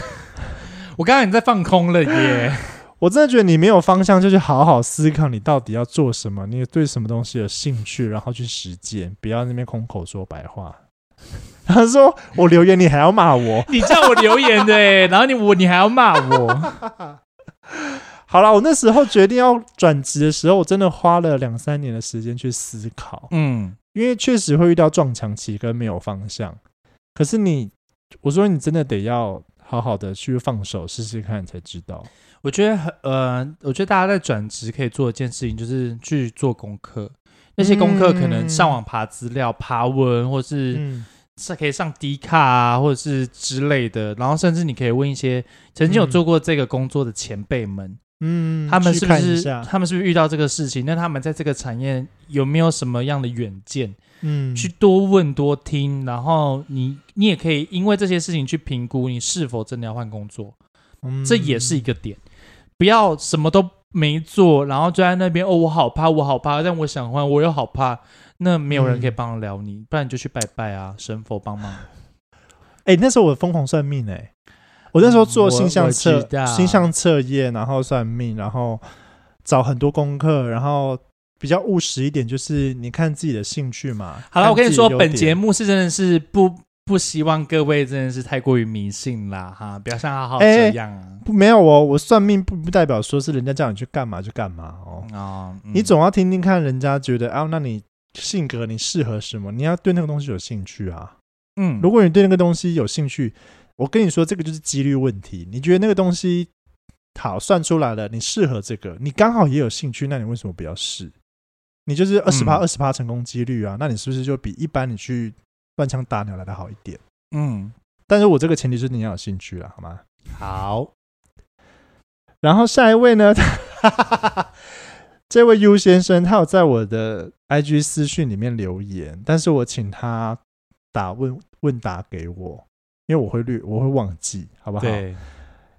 [SPEAKER 2] 我刚刚你在放空了耶，
[SPEAKER 1] 我真的觉得你没有方向，就去好好思考你到底要做什么，你对什么东西有兴趣，然后去实践，不要那边空口说白话。 他说：“我留言你还要骂我。
[SPEAKER 2] 你叫我留言的耶，然后你我你还要骂我，”
[SPEAKER 1] 好了，我那时候决定要转职的时候，我真的花了两三年的时间去思考，
[SPEAKER 2] 嗯
[SPEAKER 1] 因为确实会遇到撞墙期跟没有方向。可是你，我说你真的得要好好的去放手试试看，才知道。
[SPEAKER 2] 我觉得很呃，我觉得大家在转职可以做一件事情，就是去做功课。那些功课可能
[SPEAKER 1] 嗯
[SPEAKER 2] 上网爬资料、爬文，或是
[SPEAKER 1] 嗯，
[SPEAKER 2] 是可以上迪卡啊，或者是之类的。然后甚至你可以问一些曾经有做过这个工作的前辈们，
[SPEAKER 1] 嗯
[SPEAKER 2] 他们是不
[SPEAKER 1] 去看一
[SPEAKER 2] 是
[SPEAKER 1] 下
[SPEAKER 2] 他们是不是遇到这个事情？那他们在这个产业有没有什么样的远见？
[SPEAKER 1] 嗯
[SPEAKER 2] 去多问多听，然后你你也可以因为这些事情去评估你是否真的要换工作。
[SPEAKER 1] 嗯
[SPEAKER 2] 这也是一个点。不要什么都没做，然后就在那边哦，我好怕，我好怕，但我想换，我又好怕。那没有人可以帮得了你，不然你就去拜拜啊，神佛帮忙。
[SPEAKER 1] 哎、那时候我疯狂算命哎、我那时候做
[SPEAKER 2] 嗯我
[SPEAKER 1] 星象
[SPEAKER 2] 我
[SPEAKER 1] 测
[SPEAKER 2] 知道
[SPEAKER 1] 星象测验，然后算命，然后找很多功课，然后比较务实一点，就是你看自己的兴趣嘛。
[SPEAKER 2] 好了，我跟你说，本节
[SPEAKER 1] 目
[SPEAKER 2] 目是真的是不不希望各位真的是太过于迷信啦哈，不要像浩浩
[SPEAKER 1] 哎
[SPEAKER 2] 这样啊。
[SPEAKER 1] 不没有哦，我算命不不代表说是人家叫你去干嘛就干嘛哦，
[SPEAKER 2] 哦，嗯
[SPEAKER 1] 你总要听听看人家觉得啊，那你性格你适合什么，你要对那个东西有兴趣啊。
[SPEAKER 2] 嗯，
[SPEAKER 1] 如果你对那个东西有兴趣，我跟你说，这个就是几率问题。你觉得那个东西好算出来了，你适合这个，你刚好也有兴趣，那你为什么不要试？你就是二十趴二十趴成功几率啊，那你是不是就比一般你去乱枪打鸟来的好一点？
[SPEAKER 2] 嗯
[SPEAKER 1] 但是我这个前提是你要有兴趣了，好吗？
[SPEAKER 2] 好，
[SPEAKER 1] 然后下一位呢， 这位 U 先生，他有在我的 IG 私讯里面留言，但是我请他打问问答给我，因为我会略我会忘记，好不好？
[SPEAKER 2] 对，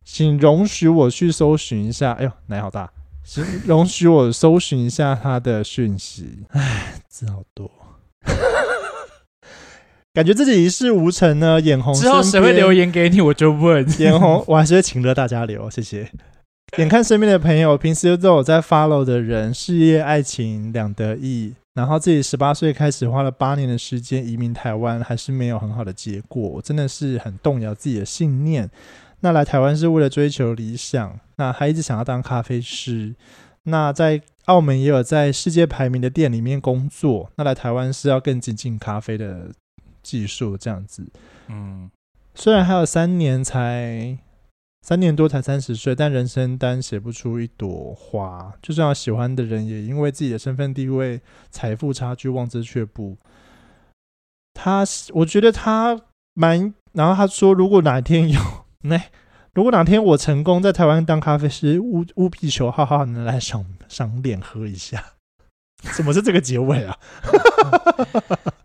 [SPEAKER 1] 请容许我去搜寻一下。哎呦，奶好大！请容许我搜寻一下他的讯息。哎，字好多， 感觉自己一事无成呢。眼红
[SPEAKER 2] 之后
[SPEAKER 1] 身
[SPEAKER 2] 谁会
[SPEAKER 1] 边
[SPEAKER 2] 留言给你，我就问。
[SPEAKER 1] 眼红，我还是会请了大家留，谢谢。眼看身边的朋友，平时都有在 follow 的人，事业、爱情两得意，然后自己十八岁开始花了八年的时间移民台湾，还是没有很好的结果，我真的是很动摇自己的信念。那来台湾是为了追求理想，那还一直想要当咖啡师，那在澳门也有在世界排名的店里面工作，那来台湾是要更精进咖啡的技术这样子。
[SPEAKER 2] 嗯，
[SPEAKER 1] 虽然还有三年才三年多才三十岁，但人生单写不出一朵花。就算有喜欢的人，也因为自己的身份地位、财富差距望之却步。他，我觉得他蛮然后他说，如果哪天有那、如果哪天我成功在台湾当咖啡师，务务必求浩浩能来赏赏脸喝一下。怎么是这个结尾啊？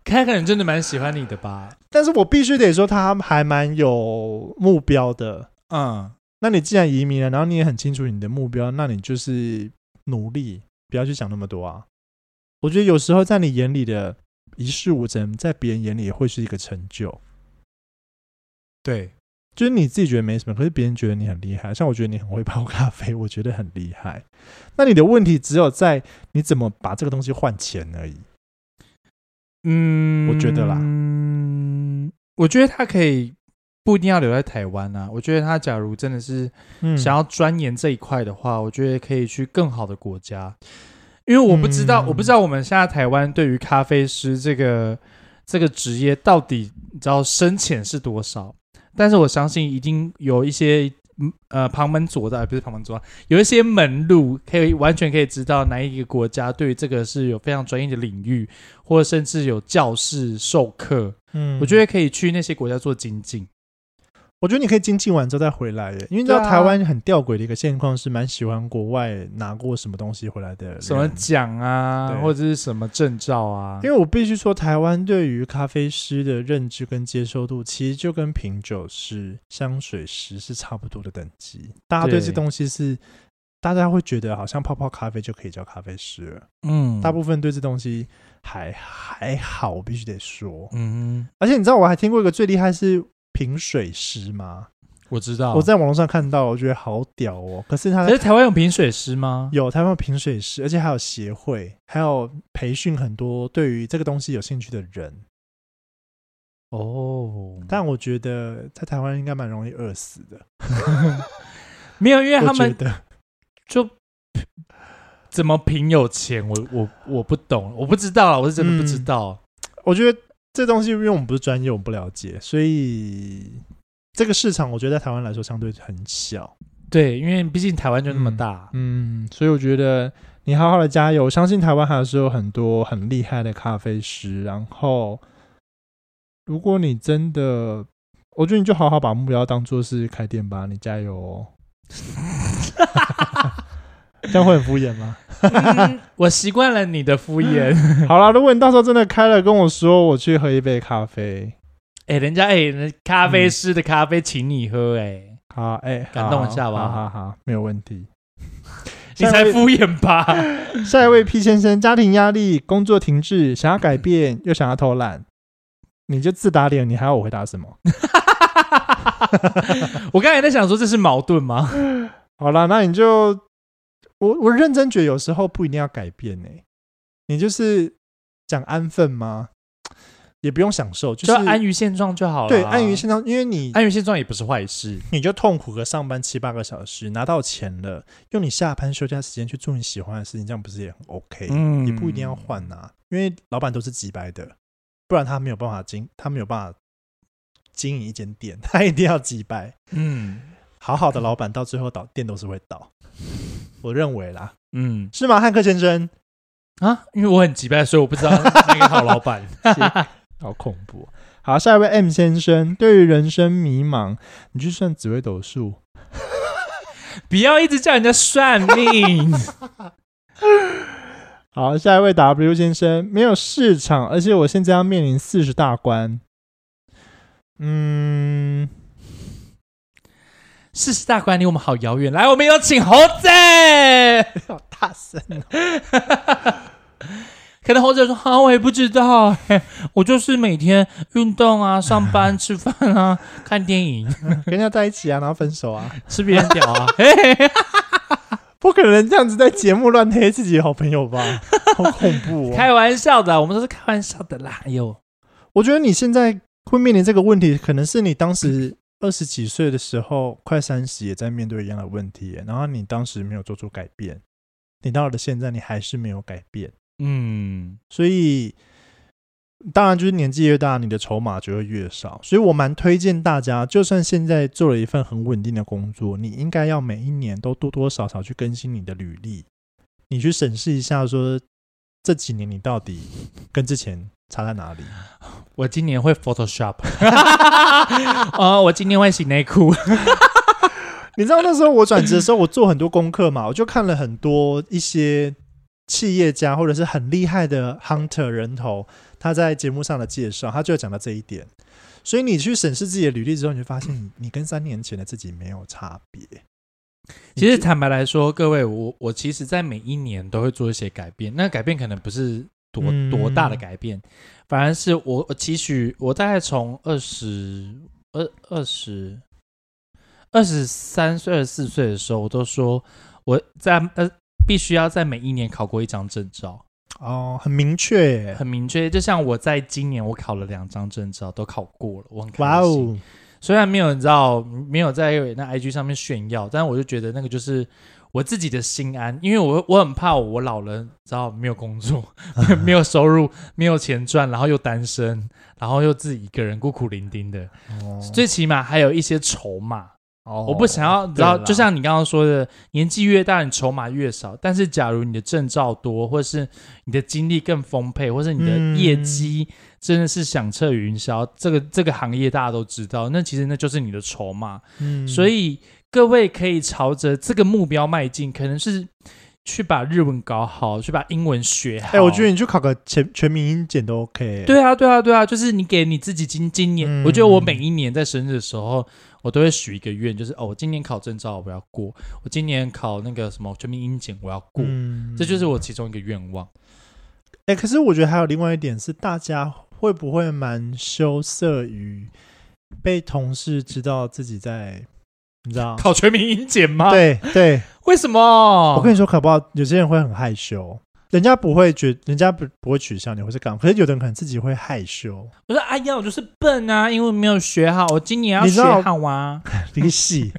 [SPEAKER 2] 凯凯人真的蛮喜欢你的吧？
[SPEAKER 1] 但是我必须得说，他还蛮有目标的。
[SPEAKER 2] 嗯，
[SPEAKER 1] 那你既然移民了，然后你也很清楚你的目标，那你就是努力，不要去想那么多啊。我觉得有时候在你眼里的一事无成，在别人眼里也会是一个成就，
[SPEAKER 2] 对，
[SPEAKER 1] 就是你自己觉得没什么，可是别人觉得你很厉害。像我觉得你很会泡咖啡，我觉得很厉害。那你的问题只有在你怎么把这个东西换钱而已。
[SPEAKER 2] 嗯
[SPEAKER 1] 我觉得啦
[SPEAKER 2] 嗯，我觉得他可以不一定要留在台湾啊。我觉得他假如真的是
[SPEAKER 1] 嗯
[SPEAKER 2] 想要钻研这一块的话，我觉得可以去更好的国家，因为我不知道，
[SPEAKER 1] 嗯
[SPEAKER 2] 我不知道我们现在台湾对于咖啡师这个这个职业到底你知道深浅是多少，但是我相信一定有一些。嗯呃，旁门左道呃不是旁门左道，有一些门路可以完全可以知道哪一个国家对于这个是有非常专业的领域，或者甚至有教室授课，
[SPEAKER 1] 嗯
[SPEAKER 2] 我觉得可以去那些国家做精进。
[SPEAKER 1] 我觉得你可以精进完之后再回来耶，因为你知道
[SPEAKER 2] 对啊
[SPEAKER 1] 台湾很吊诡的一个现况是，蛮喜欢国外拿过什么东西回来的人。
[SPEAKER 2] 什么奖啊
[SPEAKER 1] 对，
[SPEAKER 2] 或者是什么证照啊，
[SPEAKER 1] 因为我必须说，台湾对于咖啡师的认知跟接受度，其实就跟品酒师、香水师是差不多的等级。大家对
[SPEAKER 2] 对
[SPEAKER 1] 这东西是，大家会觉得好像泡泡咖啡就可以叫咖啡师了。
[SPEAKER 2] 嗯
[SPEAKER 1] 大部分对这东西还还好，我必须得说。
[SPEAKER 2] 嗯哼，
[SPEAKER 1] 而且你知道，我还听过一个最厉害是品水师吗？
[SPEAKER 2] 我知道。
[SPEAKER 1] 我，在网络上看到，我觉得好屌哦。可是他
[SPEAKER 2] 啊可是台湾有品水师吗？
[SPEAKER 1] 有台湾有评水师，而且还有协会，还有培训很多对于这个东西有兴趣的人。
[SPEAKER 2] 哦，
[SPEAKER 1] 但我觉得在台湾应该蛮容易饿死的。
[SPEAKER 2] 没有，因为
[SPEAKER 1] 我
[SPEAKER 2] 他
[SPEAKER 1] 觉
[SPEAKER 2] 们
[SPEAKER 1] 得
[SPEAKER 2] 就怎么评有钱，我我我不懂，我不知道啦，我是真的不知
[SPEAKER 1] 嗯
[SPEAKER 2] 道。
[SPEAKER 1] 我觉得这东西，因为我们不是专业，我们不了解，所以这个市场我觉得在台湾来说相对很小。
[SPEAKER 2] 对，因为毕竟台湾就那么大，
[SPEAKER 1] 嗯，所以我觉得你好好的加油，我相信台湾还是有很多很厉害的咖啡师。然后，如果你真的，我觉得你就好好把目标当做是开店吧，你加油哦。 这样会很敷衍吗？
[SPEAKER 2] 嗯 我习惯了你的敷衍。
[SPEAKER 1] 好啦，如果你到时候真的开了，跟我说，我去喝一杯咖啡。
[SPEAKER 2] 哎、人家哎、人家咖啡师的咖啡请你喝、哎、
[SPEAKER 1] 好，哎、
[SPEAKER 2] 感
[SPEAKER 1] 好
[SPEAKER 2] 动一下
[SPEAKER 1] 好
[SPEAKER 2] 吧
[SPEAKER 1] 好好，没有问题。
[SPEAKER 2] 你才敷衍吧？
[SPEAKER 1] 下一位 P 先生，家庭压力、工作停滞，想要改变又想要偷懒，你就自打脸，你还要我回答什么？
[SPEAKER 2] 我刚才在想说这是矛盾吗？
[SPEAKER 1] 好啦，那你就我我认真觉得有时候不一定要改变呢、你就是讲安分吗？也不用享受，就是
[SPEAKER 2] 就安于现状就好了。
[SPEAKER 1] 对安于现状，因为你
[SPEAKER 2] 安于现状也不是坏事。
[SPEAKER 1] 你就痛苦个上班七八个小时，拿到钱了，用你下班休假时间去做你喜欢的事情，这样不是也很 OK？、
[SPEAKER 2] 嗯
[SPEAKER 1] 你不一定要换呐、因为老板都是直白的，不然他没有办法经，他没有办法经营一间店，他一定要直白。
[SPEAKER 2] 嗯
[SPEAKER 1] 好好的老板到最后倒店都是会倒， 我认为啦，
[SPEAKER 2] 嗯
[SPEAKER 1] 是吗，汉克先生？
[SPEAKER 2] 啊，因为我很急败，所以我不知道那个好老板。
[SPEAKER 1] 好恐怖。好，下一位 M 先生，对于人生迷茫，你去算紫微斗数，
[SPEAKER 2] 不要一直叫人家算命。
[SPEAKER 1] 好，下一位 W 先生，没有市场，而且我现在要面临四十大关。嗯，
[SPEAKER 2] 世 事大关离我们好遥远，来，我们有请猴子。
[SPEAKER 1] 好大声哦！
[SPEAKER 2] 可能猴子说：“哈、我也不知道、 嘿我就是每天运动啊，上班、吃饭啊，看电影，
[SPEAKER 1] 跟人家在一起啊，然后分手啊，
[SPEAKER 2] 吃别人屌啊。嘿嘿嘿
[SPEAKER 1] 不可能这样子在节目乱黑自己的好朋友吧？好恐怖哦！
[SPEAKER 2] 开玩笑的，我们都是开玩笑的啦。哎呦，
[SPEAKER 1] 我觉得你现在会面临这个问题，可能是你当时二十几岁的时候，快三十也在面对一样的问题耶，然后你当时没有做出改变，你到了现在你还是没有改变。
[SPEAKER 2] 嗯，
[SPEAKER 1] 所以当然就是年纪越大，你的筹码就会越少。所以我蛮推荐大家，就算现在做了一份很稳定的工作，你应该要每一年都多多少少去更新你的履历，你去审视一下说。这几年你到底跟之前差在哪里？
[SPEAKER 2] 我今年会 Photoshop，哦，我今年会洗内裤，
[SPEAKER 1] 你知道那时候我转职的时候，我做很多功课嘛，我就看了很多一些企业家或者是很厉害的 hunter 人头，他在节目上的介绍，他就有讲到这一点。所以你去审视自己的履历之后，你就发现你你跟三年前的自己没有差别。
[SPEAKER 2] 其
[SPEAKER 1] 嗯
[SPEAKER 2] 实坦白来说，各位，我我其实，在每一年都会做一些改变，那改变可能不是多、
[SPEAKER 1] 嗯
[SPEAKER 2] 多大的改变，反而是我我期许我大概从二十二二十二十三岁、二十四岁的时候，我都说我在呃必须要在每一年考过一张证照，
[SPEAKER 1] 哦，很明确耶，
[SPEAKER 2] 很明确。就像我在今年我考了两张证照，都考过了，我很开心。
[SPEAKER 1] 哇哦，
[SPEAKER 2] 虽然没有你知道没有在那 IG 上面炫耀，但我就觉得那个就是我自己的心安，因为我我很怕我老了，你知道没有工作，没有收入，没有钱赚，然后又单身，然后又自己一个人孤苦伶仃的，
[SPEAKER 1] 哦
[SPEAKER 2] 最起码还有一些筹码。
[SPEAKER 1] 哦
[SPEAKER 2] 我不想要，你知
[SPEAKER 1] 对啦
[SPEAKER 2] 道，就像你刚刚说的，年纪越大，你筹码越少。但是，假如你的证照多，或是你的经历更丰沛，或是你的
[SPEAKER 1] 嗯
[SPEAKER 2] 业绩真的是响彻云霄，这个这个行业大家都知道，那其实那就是你的筹码。
[SPEAKER 1] 嗯
[SPEAKER 2] 所以，各位可以朝着这个目标迈进，可能是去把日文搞好，去把英文学好。
[SPEAKER 1] 哎、我觉得你去考个全全民英检都 OK。，
[SPEAKER 2] 对啊，对啊，对啊，就是你给你自己今今年，
[SPEAKER 1] 嗯
[SPEAKER 2] 我觉得我每一年在生日的时候，我都会许一个愿，就是哦，我今年考证照我要过，我今年考那个什么全民英检我要过，
[SPEAKER 1] 嗯
[SPEAKER 2] 这就是我其中一个愿望。
[SPEAKER 1] 哎、可是我觉得还有另外一点是，大家会不会蛮羞涩于被同事知道自己在，你知道？
[SPEAKER 2] 考全民英检吗？，
[SPEAKER 1] 对对，
[SPEAKER 2] 为什么？
[SPEAKER 1] 我跟你说，搞不好有些人会很害羞，人家不会觉，人家不不会取笑你，或是干嘛。可是有的人可能自己会害羞，
[SPEAKER 2] 我说哎呀，我就是笨啊，因为没有学好，我今年要
[SPEAKER 1] 你知
[SPEAKER 2] 学
[SPEAKER 1] 道
[SPEAKER 2] 好啊。
[SPEAKER 1] 离系。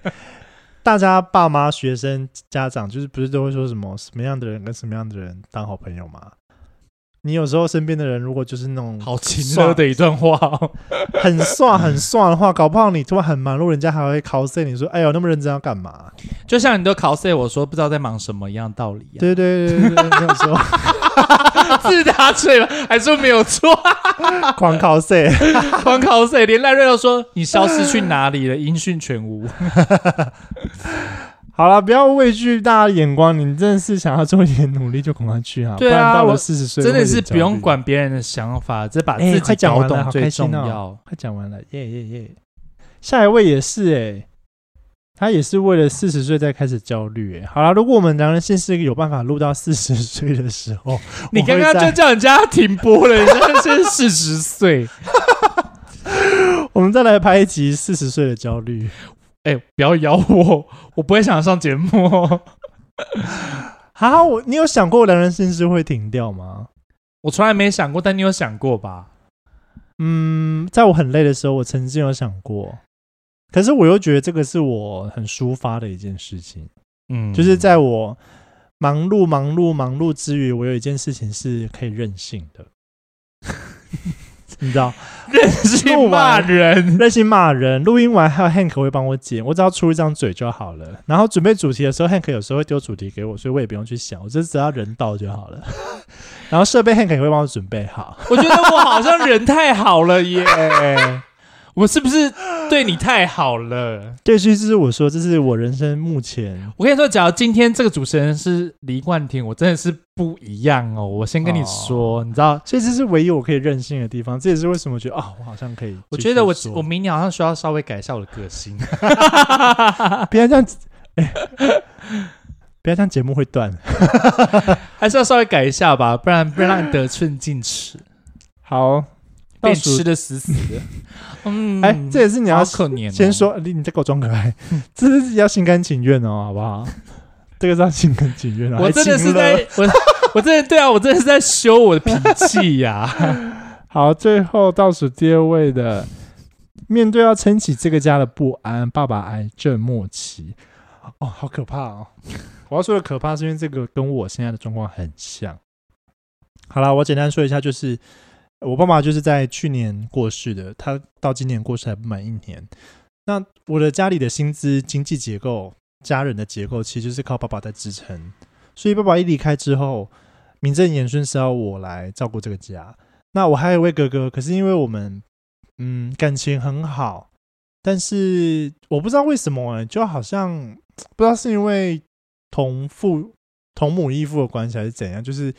[SPEAKER 1] 大家爸妈、学生、家长，就是不是都会说什么什么样的人跟什么样的人当好朋友吗？你有时候身边的人，如果就是那种
[SPEAKER 2] 好情热的一段话、哦，
[SPEAKER 1] 很帅很帅的话，搞不好你突然很忙碌，人家还会 cos 你说：“哎呦，那么认真要干嘛
[SPEAKER 2] 就像你都考 C，我说不知道在忙什么一样道理、？”啊。
[SPEAKER 1] 对对对对对，没有说
[SPEAKER 2] 自打嘴了，还说没有错。
[SPEAKER 1] 狂 cos，
[SPEAKER 2] 狂考谁？连赖瑞都说你消失去哪里了， 音讯全无。
[SPEAKER 1] 好了，不要畏惧大家的眼光，你真的是想要做一点努力就赶快去啊！
[SPEAKER 2] 对啊
[SPEAKER 1] 不然到
[SPEAKER 2] 我
[SPEAKER 1] 了四十岁
[SPEAKER 2] 真的是
[SPEAKER 1] 会有点焦
[SPEAKER 2] 不
[SPEAKER 1] 虑
[SPEAKER 2] 用。管别人的想法，只把
[SPEAKER 1] 哎
[SPEAKER 2] 自己
[SPEAKER 1] 快讲
[SPEAKER 2] 搞
[SPEAKER 1] 完了
[SPEAKER 2] 懂
[SPEAKER 1] 好
[SPEAKER 2] 最
[SPEAKER 1] 开心
[SPEAKER 2] 重
[SPEAKER 1] 哦
[SPEAKER 2] 要。
[SPEAKER 1] 快讲完了，耶耶耶！下一位也是哎、他也是为了四十岁再开始焦虑哎、好了，如果我们良人性是有办法录到四十岁的时候，
[SPEAKER 2] 你
[SPEAKER 1] 我
[SPEAKER 2] 刚
[SPEAKER 1] 会
[SPEAKER 2] 刚
[SPEAKER 1] 在
[SPEAKER 2] 就叫人家停播了，人家是四十岁。
[SPEAKER 1] 我们再来拍一集四十岁的焦虑。
[SPEAKER 2] 哎、不要咬我，我不会想上节目哦。
[SPEAKER 1] 好，我你有想过良人性是会停掉吗？
[SPEAKER 2] 我从来没想过，但你有想过吧？
[SPEAKER 1] 嗯，在我很累的时候，我曾经有想过，可是我又觉得这个是我很抒发的一件事情，
[SPEAKER 2] 嗯，
[SPEAKER 1] 就是 在我忙碌、忙碌、忙碌之余，我有一件事情是可以任性的， 你知道，
[SPEAKER 2] 任性骂人。
[SPEAKER 1] 任性骂人。录音完还有 Hank 会帮我剪，我只要出一张嘴就好了。然后准备主题的时候，Hank 有时候会丢主题给我，所以我也不用去想，我就只要人到就好了。 然后设备 Hank 也会帮我准备好。
[SPEAKER 2] 我觉得我好像人太好了耶，
[SPEAKER 1] 哎，
[SPEAKER 2] 我是不是对你太好了？
[SPEAKER 1] 对，所以这是我说，这是我人生目前
[SPEAKER 2] 我跟你说，假如今天这个主持人是黎冠廷，我真的是不一样哦。我先跟你说，你知道，
[SPEAKER 1] 所以这是唯一我可以任性的地方，这也是为什么我觉得啊、我好像可以继续说。
[SPEAKER 2] 我觉得我我明年好像需要稍微改一下我的个性。
[SPEAKER 1] 不要这样子， 哎不要这样，节目会断。
[SPEAKER 2] 还是要稍微改一下吧，不然不然让你得寸 进尺，
[SPEAKER 1] 好，倒
[SPEAKER 2] 被你吃
[SPEAKER 1] 数，
[SPEAKER 2] 的死死的。 嗯，
[SPEAKER 1] 哎，这也是你
[SPEAKER 2] 好
[SPEAKER 1] 要
[SPEAKER 2] 可怜、哦。
[SPEAKER 1] 先，说，你你在给我装可 爱，这是要心甘情愿哦，好不好？这个是要心甘情愿啊！
[SPEAKER 2] 我真的
[SPEAKER 1] 还请
[SPEAKER 2] 是
[SPEAKER 1] 了
[SPEAKER 2] 在我我真的对啊，我真的是在修我的脾气呀、
[SPEAKER 1] 好，最后倒数第二位的，面对要撑起这个家的不安，爸爸癌症末期，哦，好可怕哦！我要说的可怕是因为这个跟我现在的状况很像。好啦，我简单说一下，就是我爸爸就是在去年过世的，他到今年过世还不满一年。那我的家里的薪资、经济结构、家人的结构，其实就是靠爸爸在支撑。所以爸爸一离开之后，名正言顺是要我来照顾这个家。那我还有一位哥哥，可是因为我们嗯感情很好，但是我不知道为什么、欸，就好像不知道是因为同父同母异父的关系还是怎样，就是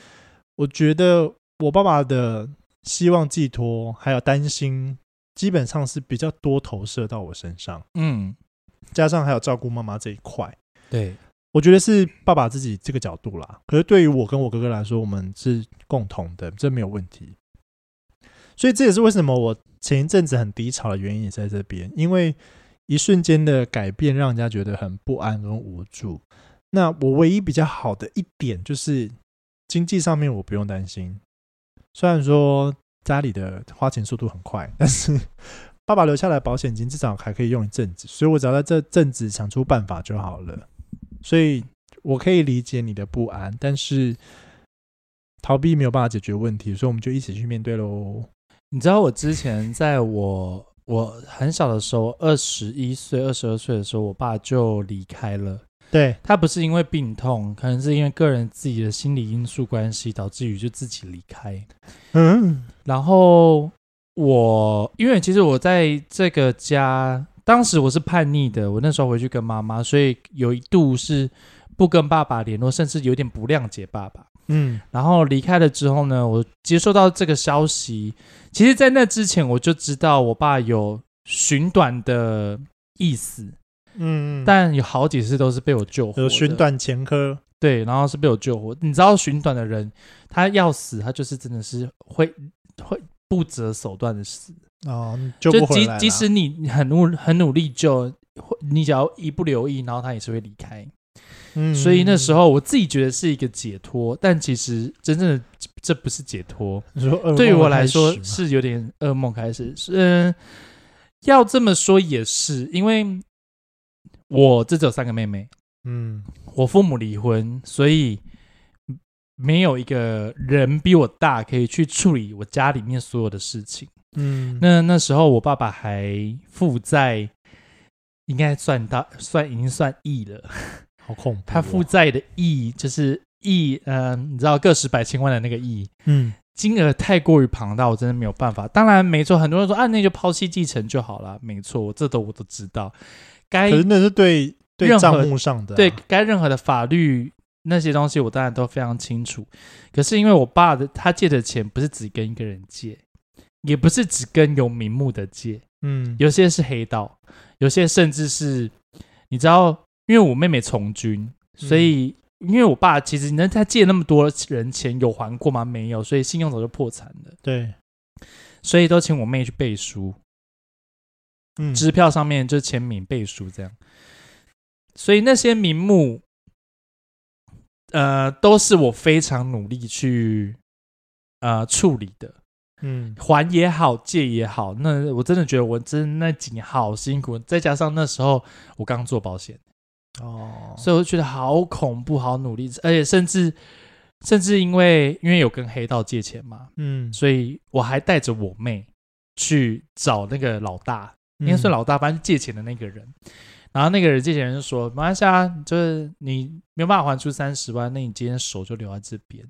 [SPEAKER 1] 我觉得我爸爸的希望寄托还有担心，基本上是比较多投射到我身上，
[SPEAKER 2] 嗯，
[SPEAKER 1] 加上还有照顾妈妈这一块。
[SPEAKER 2] 对，
[SPEAKER 1] 我觉得是爸爸自己这个角度啦。可是对于我跟我哥哥来说，我们是共同的，这没有问题。所以这也是为什么我前一阵子很低潮的原因也在这边，因为一瞬间的改变让人家觉得很不安跟无助。那我唯一比较好的一点就是经济上面我不用担心，虽然说家里的花钱速度很快，但是爸爸留下来的保险金至少还可以用一阵子，所以我只要在这阵子想出办法就好了。所以我可以理解你的不安，但是逃避没有办法解决问题，所以我们就一起去面对喽。
[SPEAKER 2] 你知道我之前在我我很小的时候，二十一岁、二十二岁的时候，我爸就离开了。
[SPEAKER 1] 对，
[SPEAKER 2] 他不是因为病痛，可能是因为个人自己的心理因素关系，导致于就自己离开。
[SPEAKER 1] 嗯，
[SPEAKER 2] 然后我因为其实我在这个家，当时我是叛逆的，我那时候回去跟妈妈，所以有一度是不跟爸爸联络，甚至有点不谅解爸爸。
[SPEAKER 1] 嗯，
[SPEAKER 2] 然后离开了之后呢，我接收到这个消息，其实，在那之前我就知道我爸有寻短的意思，
[SPEAKER 1] 嗯，
[SPEAKER 2] 但有好几次都是被我救活的。
[SPEAKER 1] 有寻短前科，
[SPEAKER 2] 对，然后是被我救活。你知道寻短的人，他要死，他就是真的是会会不择手段的死。
[SPEAKER 1] 哦，救不回
[SPEAKER 2] 即
[SPEAKER 1] 来啦
[SPEAKER 2] 即使你很努很努力救，或你只要一不留意，然后他也是会离开。
[SPEAKER 1] 嗯
[SPEAKER 2] 所以那时候我自己觉得是一个解脱，但其实真正的这不是解脱，
[SPEAKER 1] 你说噩梦
[SPEAKER 2] 对于我来
[SPEAKER 1] 开始
[SPEAKER 2] 说
[SPEAKER 1] 嘛
[SPEAKER 2] 是有点噩梦开始。是嗯、要这么说也是，因为我这只有三个妹妹，
[SPEAKER 1] 嗯
[SPEAKER 2] 我父母离婚，所以没有一个人比我大可以去处理我家里面所有的事情。
[SPEAKER 1] 嗯，
[SPEAKER 2] 那那时候我爸爸还负债，应该算到算已经算亿了。
[SPEAKER 1] 好恐怖哦，
[SPEAKER 2] 他负债的亿就是亿，呃，你知道个十百千万的那个亿，
[SPEAKER 1] 嗯
[SPEAKER 2] 金额太过于庞大，我真的没有办法。当然，没错，很多人说啊，那就抛弃继承就好了，没错，我这都我都知道。该
[SPEAKER 1] 可是那是对对
[SPEAKER 2] 任何
[SPEAKER 1] 账目上的啊、
[SPEAKER 2] 对该任何的法律那些东西，我当然都非常清楚。可是因为我爸的他借的钱不是只跟一个人借，也不是只跟有名目的借，
[SPEAKER 1] 嗯
[SPEAKER 2] 有些是黑道，有些甚至是你知道，因为我妹妹从军，所以、因为我爸其实你知道他借那么多人钱有还过吗？没有，所以信用早就破产了，
[SPEAKER 1] 对
[SPEAKER 2] 所以都请我妹去背书，
[SPEAKER 1] 嗯
[SPEAKER 2] 支票上面就签名背书这样，所以那些名目，呃，都是我非常努力去呃处理的。
[SPEAKER 1] 嗯
[SPEAKER 2] 还也好，借也好，那我真的觉得我真的那几年好辛苦，再加上那时候我刚做保险，
[SPEAKER 1] 哦，
[SPEAKER 2] 所以我就觉得好恐怖，好努力，而且甚至甚至因为因为有跟黑道借钱嘛，
[SPEAKER 1] 嗯，
[SPEAKER 2] 所以我还带着我妹去找那个老大，应该算
[SPEAKER 1] 嗯
[SPEAKER 2] 老大，反正借钱的那个人。然后那个人借钱人就说：“没关系啊，就是你没有办法还出三十万，那你今天手就留在这边。”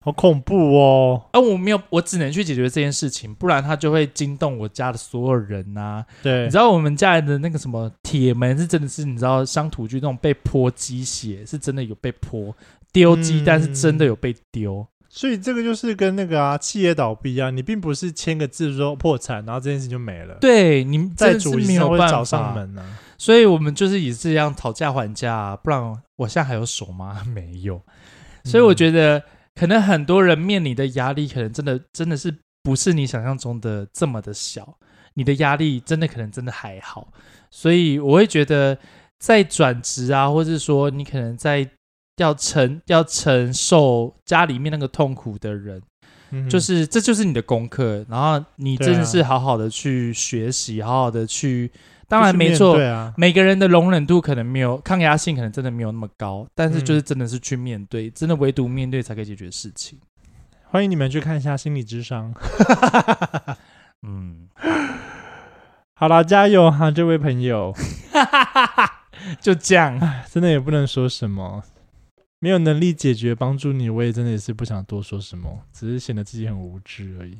[SPEAKER 1] 好恐怖哦，
[SPEAKER 2] 啊，我没有，我只能去解决这件事情，不然他就会惊动我家的所有人啊呐、
[SPEAKER 1] 对，
[SPEAKER 2] 你知道我们家人的那个什么铁门是真的是，你知道乡土剧那种被泼鸡血是真的有被泼，丢鸡蛋是真的有被丢。
[SPEAKER 1] 所以这个就是跟那个啊企业倒闭啊，你并不是签个字说破产，然后这件事情就没了。，
[SPEAKER 2] 对，你们真
[SPEAKER 1] 债
[SPEAKER 2] 的是
[SPEAKER 1] 主一
[SPEAKER 2] 没
[SPEAKER 1] 定
[SPEAKER 2] 有
[SPEAKER 1] 会
[SPEAKER 2] 办
[SPEAKER 1] 找
[SPEAKER 2] 法，
[SPEAKER 1] 上门呢、啊。
[SPEAKER 2] 所以我们就是以这样讨价还价、啊不然我现在还有手吗？ 没有。所以我觉得，可能很多人面临的压力，可能真的真的是不是你想象中的这么的小，你的压力真的可能真的还好。所以我会觉得，在转职啊，或是说你可能在要承 要承受家里面那个痛苦的人，
[SPEAKER 1] 嗯
[SPEAKER 2] 就是这就是你的功课，然后你
[SPEAKER 1] 对
[SPEAKER 2] 真的
[SPEAKER 1] 啊
[SPEAKER 2] 是好好的去学习，好好的去，当
[SPEAKER 1] 就
[SPEAKER 2] 然
[SPEAKER 1] 是
[SPEAKER 2] 没
[SPEAKER 1] 面
[SPEAKER 2] 错，
[SPEAKER 1] 对啊，
[SPEAKER 2] 每个人的容忍度可能没有抗压性，可能真的没有那么高，但是就是真的是去面对，真的唯独面对才可以解决事情。
[SPEAKER 1] 欢迎你们去看一下心理智商。
[SPEAKER 2] 嗯，
[SPEAKER 1] 好啦，加油哈、这位朋友，
[SPEAKER 2] 就这样。
[SPEAKER 1] 真的也不能说什么。没有能力解决帮助你，我也真的也是不想多说什么，只是显得自己很无知而已。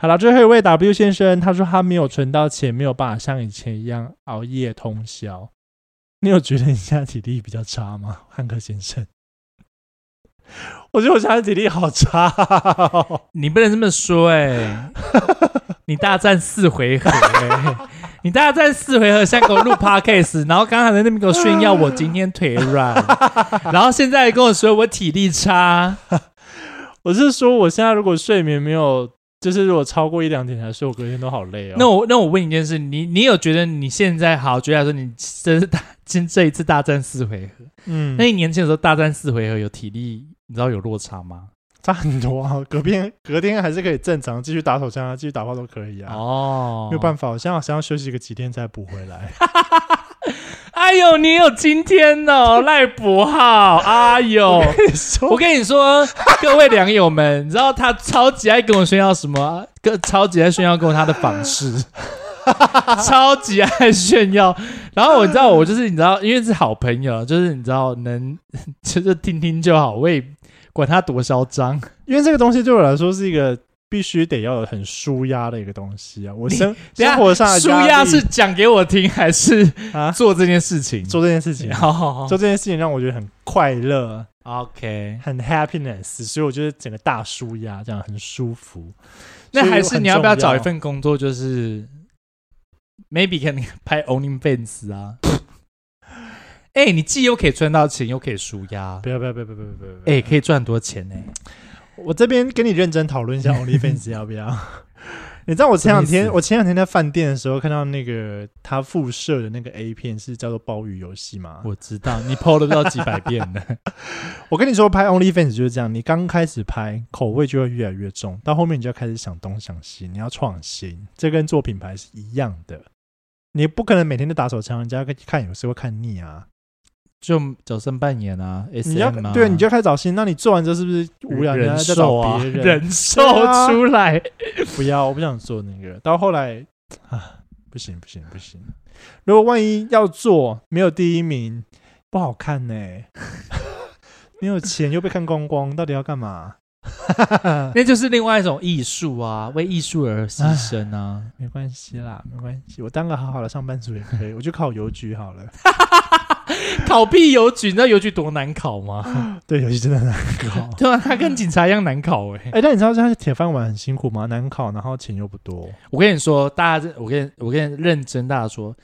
[SPEAKER 1] 好了，最后一位 W 先生，他说他没有存到钱，没有办法像以前一样熬夜通宵。你有觉得你现在体力比较差吗，汉克先生？ 我觉得我现在体力好差、哦。
[SPEAKER 2] 你不能这么说哎、你大战四回合、欸，你大战四回合，先给我录 podcast，然后刚才在那边给我炫耀我今天腿软，然后现在跟我说我体力差，
[SPEAKER 1] 我是说，我现在如果睡眠没有，就是如果超过一两点才睡，我隔天都好累哦。
[SPEAKER 2] 那我那我问你一件事，你你有觉得你现在好？觉得说你这是大今这一次大战四回合，
[SPEAKER 1] 嗯，
[SPEAKER 2] 那你年轻的时候大战四回合有体力，你知道有落差吗？
[SPEAKER 1] 差很多啊。 隔天隔天还是可以正常继续打手枪啊，继续打炮都可以啊。
[SPEAKER 2] 哦，
[SPEAKER 1] 没有办法，我现在好像要休息个几天才补回 来。
[SPEAKER 2] 哎呦，你有今天哦，赖博浩，哎 呦。
[SPEAKER 1] 跟你说
[SPEAKER 2] 我跟你说，各位良友们，你知道他超级爱跟我炫耀什么？跟超级爱炫耀跟我他的房事， 超级爱炫耀。然后我你知道，我就是你知道，因为是好朋友，就是你知道能 就是听听就好，我也管他多嚣张。
[SPEAKER 1] 因为这个东西对我来说是一个必须得要有很舒压的一个东西啊。我生
[SPEAKER 2] 等一下
[SPEAKER 1] 生活上的
[SPEAKER 2] 舒
[SPEAKER 1] 压
[SPEAKER 2] 压
[SPEAKER 1] 力
[SPEAKER 2] 是讲给我听，还是
[SPEAKER 1] 啊，
[SPEAKER 2] 做这件事情？
[SPEAKER 1] 做这件事情，
[SPEAKER 2] 好好好
[SPEAKER 1] 做这件事情让我觉得很快乐，
[SPEAKER 2] 哦，OK。
[SPEAKER 1] 很 happiness，所以我觉得整个大舒压，这样很舒服。
[SPEAKER 2] 那还是你要不要找
[SPEAKER 1] 所以
[SPEAKER 2] 一份工作，就是 maybe 可能 拍 OnlyFans 啊？哎、你既又可以赚到钱，又可以舒压
[SPEAKER 1] 很重要？，不要不要不要不要不要不要！
[SPEAKER 2] 哎、可以赚很多钱呢、
[SPEAKER 1] 嗯我这边跟你认真讨 论一下 OnlyFans 要不要？ 你知道我前两
[SPEAKER 2] 什么意
[SPEAKER 1] 天，
[SPEAKER 2] 思
[SPEAKER 1] 我前两天在饭店的时候看到那个他附设的那个 A 片是叫做《鲍鱼游戏》吗？
[SPEAKER 2] 我知道你 PO 了不知道几百遍了，
[SPEAKER 1] 我跟你说，拍 OnlyFans 就是这样，你刚开始拍，口味就会越来越重，到后面你就要开始想东想西，你要创新，这跟做品牌是一样的。你不可能每天都打手枪，人家看有时候会看腻啊。
[SPEAKER 2] 就角色扮演啊
[SPEAKER 1] 你要
[SPEAKER 2] ，SM 啊，
[SPEAKER 1] 对，你就开始找新，那你做完之后是不是无聊？你还
[SPEAKER 2] 人
[SPEAKER 1] 在
[SPEAKER 2] 兽
[SPEAKER 1] 找
[SPEAKER 2] 啊，
[SPEAKER 1] 别人？啊
[SPEAKER 2] 人兽出来，
[SPEAKER 1] 不要，我不想做那个。到后来啊，不行不行不行！如果万一要做没有第一名，不好看呢、没有钱又被看光光，到底要干嘛？
[SPEAKER 2] 那就是另外一种艺术啊，为艺术而牺牲啊。
[SPEAKER 1] 没关系啦，没关系，我当个好好的上班族也可以，我就考邮局好了。
[SPEAKER 2] 考屁邮局，你知道邮局多难考吗？
[SPEAKER 1] 对，邮局真的很难考。
[SPEAKER 2] 对啊，它跟警察一样难考哎、
[SPEAKER 1] 哎、但你知道现在铁饭碗很辛苦吗？难考，然后钱又不多。
[SPEAKER 2] 我跟你说，大家真，我跟你我跟你认真大家说，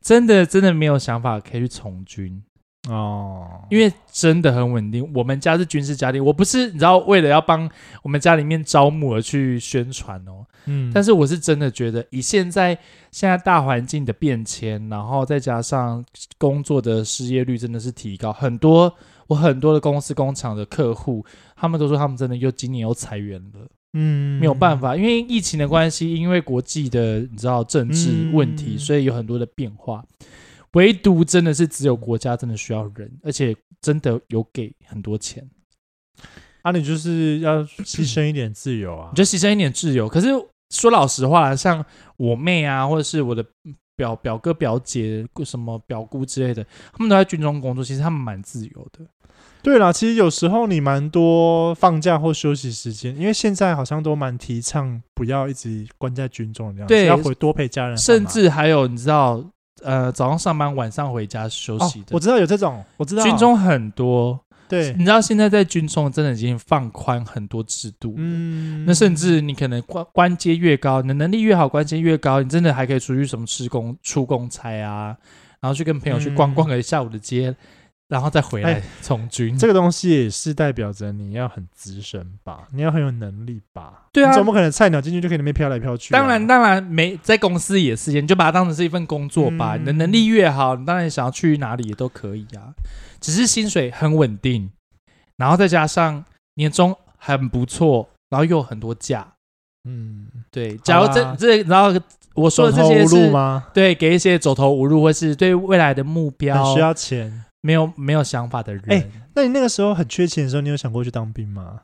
[SPEAKER 2] 真的真的没有想法可以去从军，
[SPEAKER 1] 哦，
[SPEAKER 2] 因为真的很稳定。我们家是军事家庭，我不是你知道为了要帮我们家里面招募而去宣传哦，
[SPEAKER 1] 嗯
[SPEAKER 2] 但是我是真的觉得，以现在现在大环境的变迁，然后再加上工作的失业率真的是提高很多。我很多的公司工厂的客户，他们都说他们真的又今年又裁员了。
[SPEAKER 1] 嗯
[SPEAKER 2] 没有办法，因为疫情的关系，因为国际的你知道政治问题，
[SPEAKER 1] 嗯
[SPEAKER 2] 所以有很多的变化。唯独真的是只有国家真的需要人，而且真的有给很多钱，
[SPEAKER 1] 啊，你就是要牺牲一点自由啊
[SPEAKER 2] 你。就牺牲一点自由。可是说老实话，像我妹啊，或者是我的表表哥、表姐、什么表姑之类的，他们都在军中工作，其实他们蛮自由的。
[SPEAKER 1] 对啦，其实有时候你蛮多放假或休息时间，因为现在好像都蛮提倡不要一直关在军中这样，
[SPEAKER 2] 对
[SPEAKER 1] 要回多陪家人干嘛，
[SPEAKER 2] 甚至还有你知道，呃，早上上班，晚上回家休
[SPEAKER 1] 哦
[SPEAKER 2] 息，的。
[SPEAKER 1] 我知道有这种，我知道
[SPEAKER 2] 军中很多，
[SPEAKER 1] 对，
[SPEAKER 2] 你知道现在在军中真的已经放宽很多制度，嗯，
[SPEAKER 1] 嗯，
[SPEAKER 2] 那甚至你可能官官阶越高，你的能力越好，官阶越高，你真的还可以出去什么吃工出公差啊，然后去跟朋友去逛
[SPEAKER 1] 嗯
[SPEAKER 2] 逛个下午的街，然后再回来
[SPEAKER 1] 哎
[SPEAKER 2] 从军。
[SPEAKER 1] 这个东西也是代表着你要很资深吧，你要很有能力吧？
[SPEAKER 2] 对啊
[SPEAKER 1] 你总不可能菜鸟进去就可以那边飘来飘去、啊
[SPEAKER 2] 当然，，当然没在公司也是，你就把它当成是一份工作吧。
[SPEAKER 1] 嗯
[SPEAKER 2] 你的能力越好，你当然想要去哪里也都可以啊。只是薪水很稳定，然后再加上年终很不错，然后又有很多假，
[SPEAKER 1] 嗯，
[SPEAKER 2] 对，假如这、
[SPEAKER 1] 啊
[SPEAKER 2] 这，然后我说的这些
[SPEAKER 1] 走投无路
[SPEAKER 2] 是
[SPEAKER 1] 吗？
[SPEAKER 2] 对给一些走投无路或是对未来的目标
[SPEAKER 1] 很需要钱。
[SPEAKER 2] 没有没有想法的人。
[SPEAKER 1] 哎那你那个时候很缺钱的时候，你有想过去当兵吗？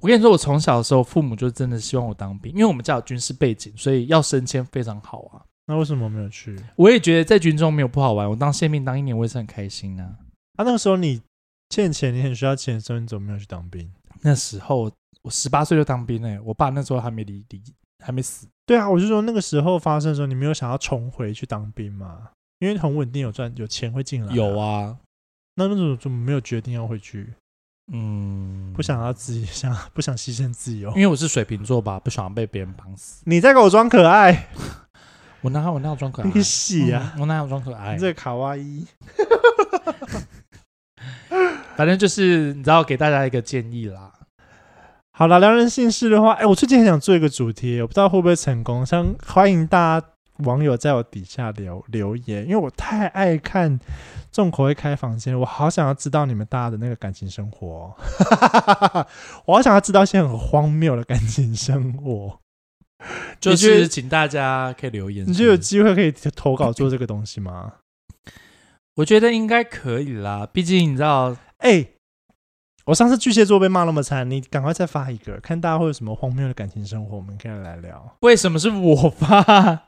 [SPEAKER 2] 我跟你说，我从小的时候，父母就真的希望我当兵，因为我们家有军事背景，所以要升迁非常好啊。
[SPEAKER 1] 那为什么没有去？
[SPEAKER 2] 我也觉得在军中没有不好玩，我当宪兵当一年我也是很开心啊。
[SPEAKER 1] 啊，那个时候你欠钱你很需要钱，所以你怎么没有去当兵？
[SPEAKER 2] 那时候我十八岁就当兵哎、我爸那时候还没离离，还没死。
[SPEAKER 1] 对啊，我就说那个时候发生的时候，你没有想要重回去当兵吗？因为很稳定有赚有钱会进来、
[SPEAKER 2] 有
[SPEAKER 1] 啊，
[SPEAKER 2] 啊，
[SPEAKER 1] 那那种怎么没有决定要回去？
[SPEAKER 2] 嗯，
[SPEAKER 1] 不想要自己 想不想牺牲自由
[SPEAKER 2] 因？为我是水瓶座吧，不想被别人绑死。
[SPEAKER 1] 你在给我装可爱，
[SPEAKER 2] 我哪有我哪有装可爱？
[SPEAKER 1] 你洗啊！
[SPEAKER 2] 嗯我哪有装可爱
[SPEAKER 1] 你？这个卡哇伊，
[SPEAKER 2] 反正就是你知道，给大家一个建议啦。
[SPEAKER 1] 好了，聊人性事的话，哎、我最近很想做一个主题，我不知道会不会成功，想欢迎大家网友在我底下留留言，因为我太爱看重口味开房间，我好想要知道你们大家的那个感情生活 哦，我好想要知道一些很荒谬的感情生 活。
[SPEAKER 2] 就
[SPEAKER 1] 你觉
[SPEAKER 2] 是
[SPEAKER 1] 得
[SPEAKER 2] 请大家可以留言。
[SPEAKER 1] 你觉得有
[SPEAKER 2] 是不是
[SPEAKER 1] 机会可以投稿做这个东西吗？
[SPEAKER 2] 我觉得应该可以啦，毕竟你知道，
[SPEAKER 1] 哎、我上次巨蟹座被骂那么惨，你赶快再发一个，看大家会有什么荒谬的感情生活，我们可以来聊。
[SPEAKER 2] 为什么是我发？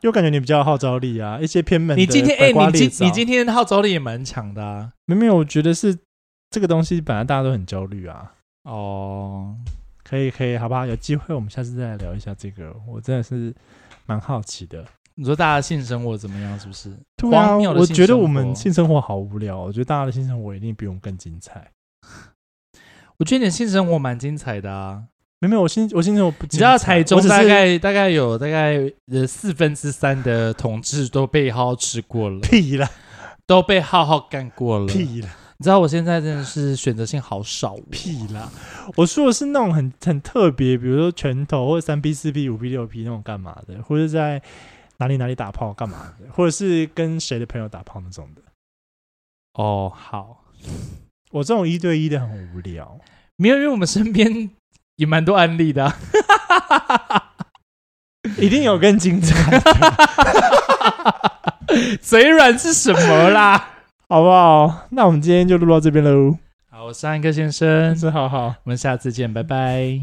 [SPEAKER 1] 因为我感觉你比较有号召力啊，一些偏门的
[SPEAKER 2] 你今天
[SPEAKER 1] 哎、
[SPEAKER 2] 哎、你今你今天的号召力也蛮强的啊。
[SPEAKER 1] 没有，我觉得是这个东西本来大家都很焦虑啊。
[SPEAKER 2] 哦，
[SPEAKER 1] 可以可以，好不好？有机会我们下次再来聊一下这个，我真的是蛮好奇的。
[SPEAKER 2] 你说大家性生活怎么样？是不是？
[SPEAKER 1] 对啊，
[SPEAKER 2] 荒谬的
[SPEAKER 1] 我
[SPEAKER 2] 性
[SPEAKER 1] 觉得
[SPEAKER 2] 生
[SPEAKER 1] 我
[SPEAKER 2] 活
[SPEAKER 1] 们性生活好无聊，我觉得大家的性生活一定比我们更精彩。
[SPEAKER 2] 我觉得你的性生活蛮精彩的啊。
[SPEAKER 1] 没有没有，我性我性生活不
[SPEAKER 2] 你
[SPEAKER 1] 精
[SPEAKER 2] 知
[SPEAKER 1] 彩，
[SPEAKER 2] 道台中
[SPEAKER 1] 我只
[SPEAKER 2] 大
[SPEAKER 1] 是
[SPEAKER 2] 概大概有大概呃四分之三的同志都被浩浩吃过了，
[SPEAKER 1] 屁啦
[SPEAKER 2] 都被浩浩干过了。你
[SPEAKER 1] 屁啦
[SPEAKER 2] 知道我现在真的是选择性好少哦，
[SPEAKER 1] 屁啦！我说的是那种很很特别，比如说拳头或者三 B 四 B 五 B 六 P 那种干嘛的，或者在哪里哪里打炮干嘛的，或者是跟谁的朋友打炮那种的。
[SPEAKER 2] 哦，好，
[SPEAKER 1] 我这种一对一的很无 聊。
[SPEAKER 2] 没有，因为我们身边也蛮多案例的啊、
[SPEAKER 1] 一定有更精彩，
[SPEAKER 2] 嘴软是什么啦？
[SPEAKER 1] 好不好？那我们今天就录到这边喽。
[SPEAKER 2] 好，我是安哥先生
[SPEAKER 1] 真，是好好。
[SPEAKER 2] 我们下次见，拜拜。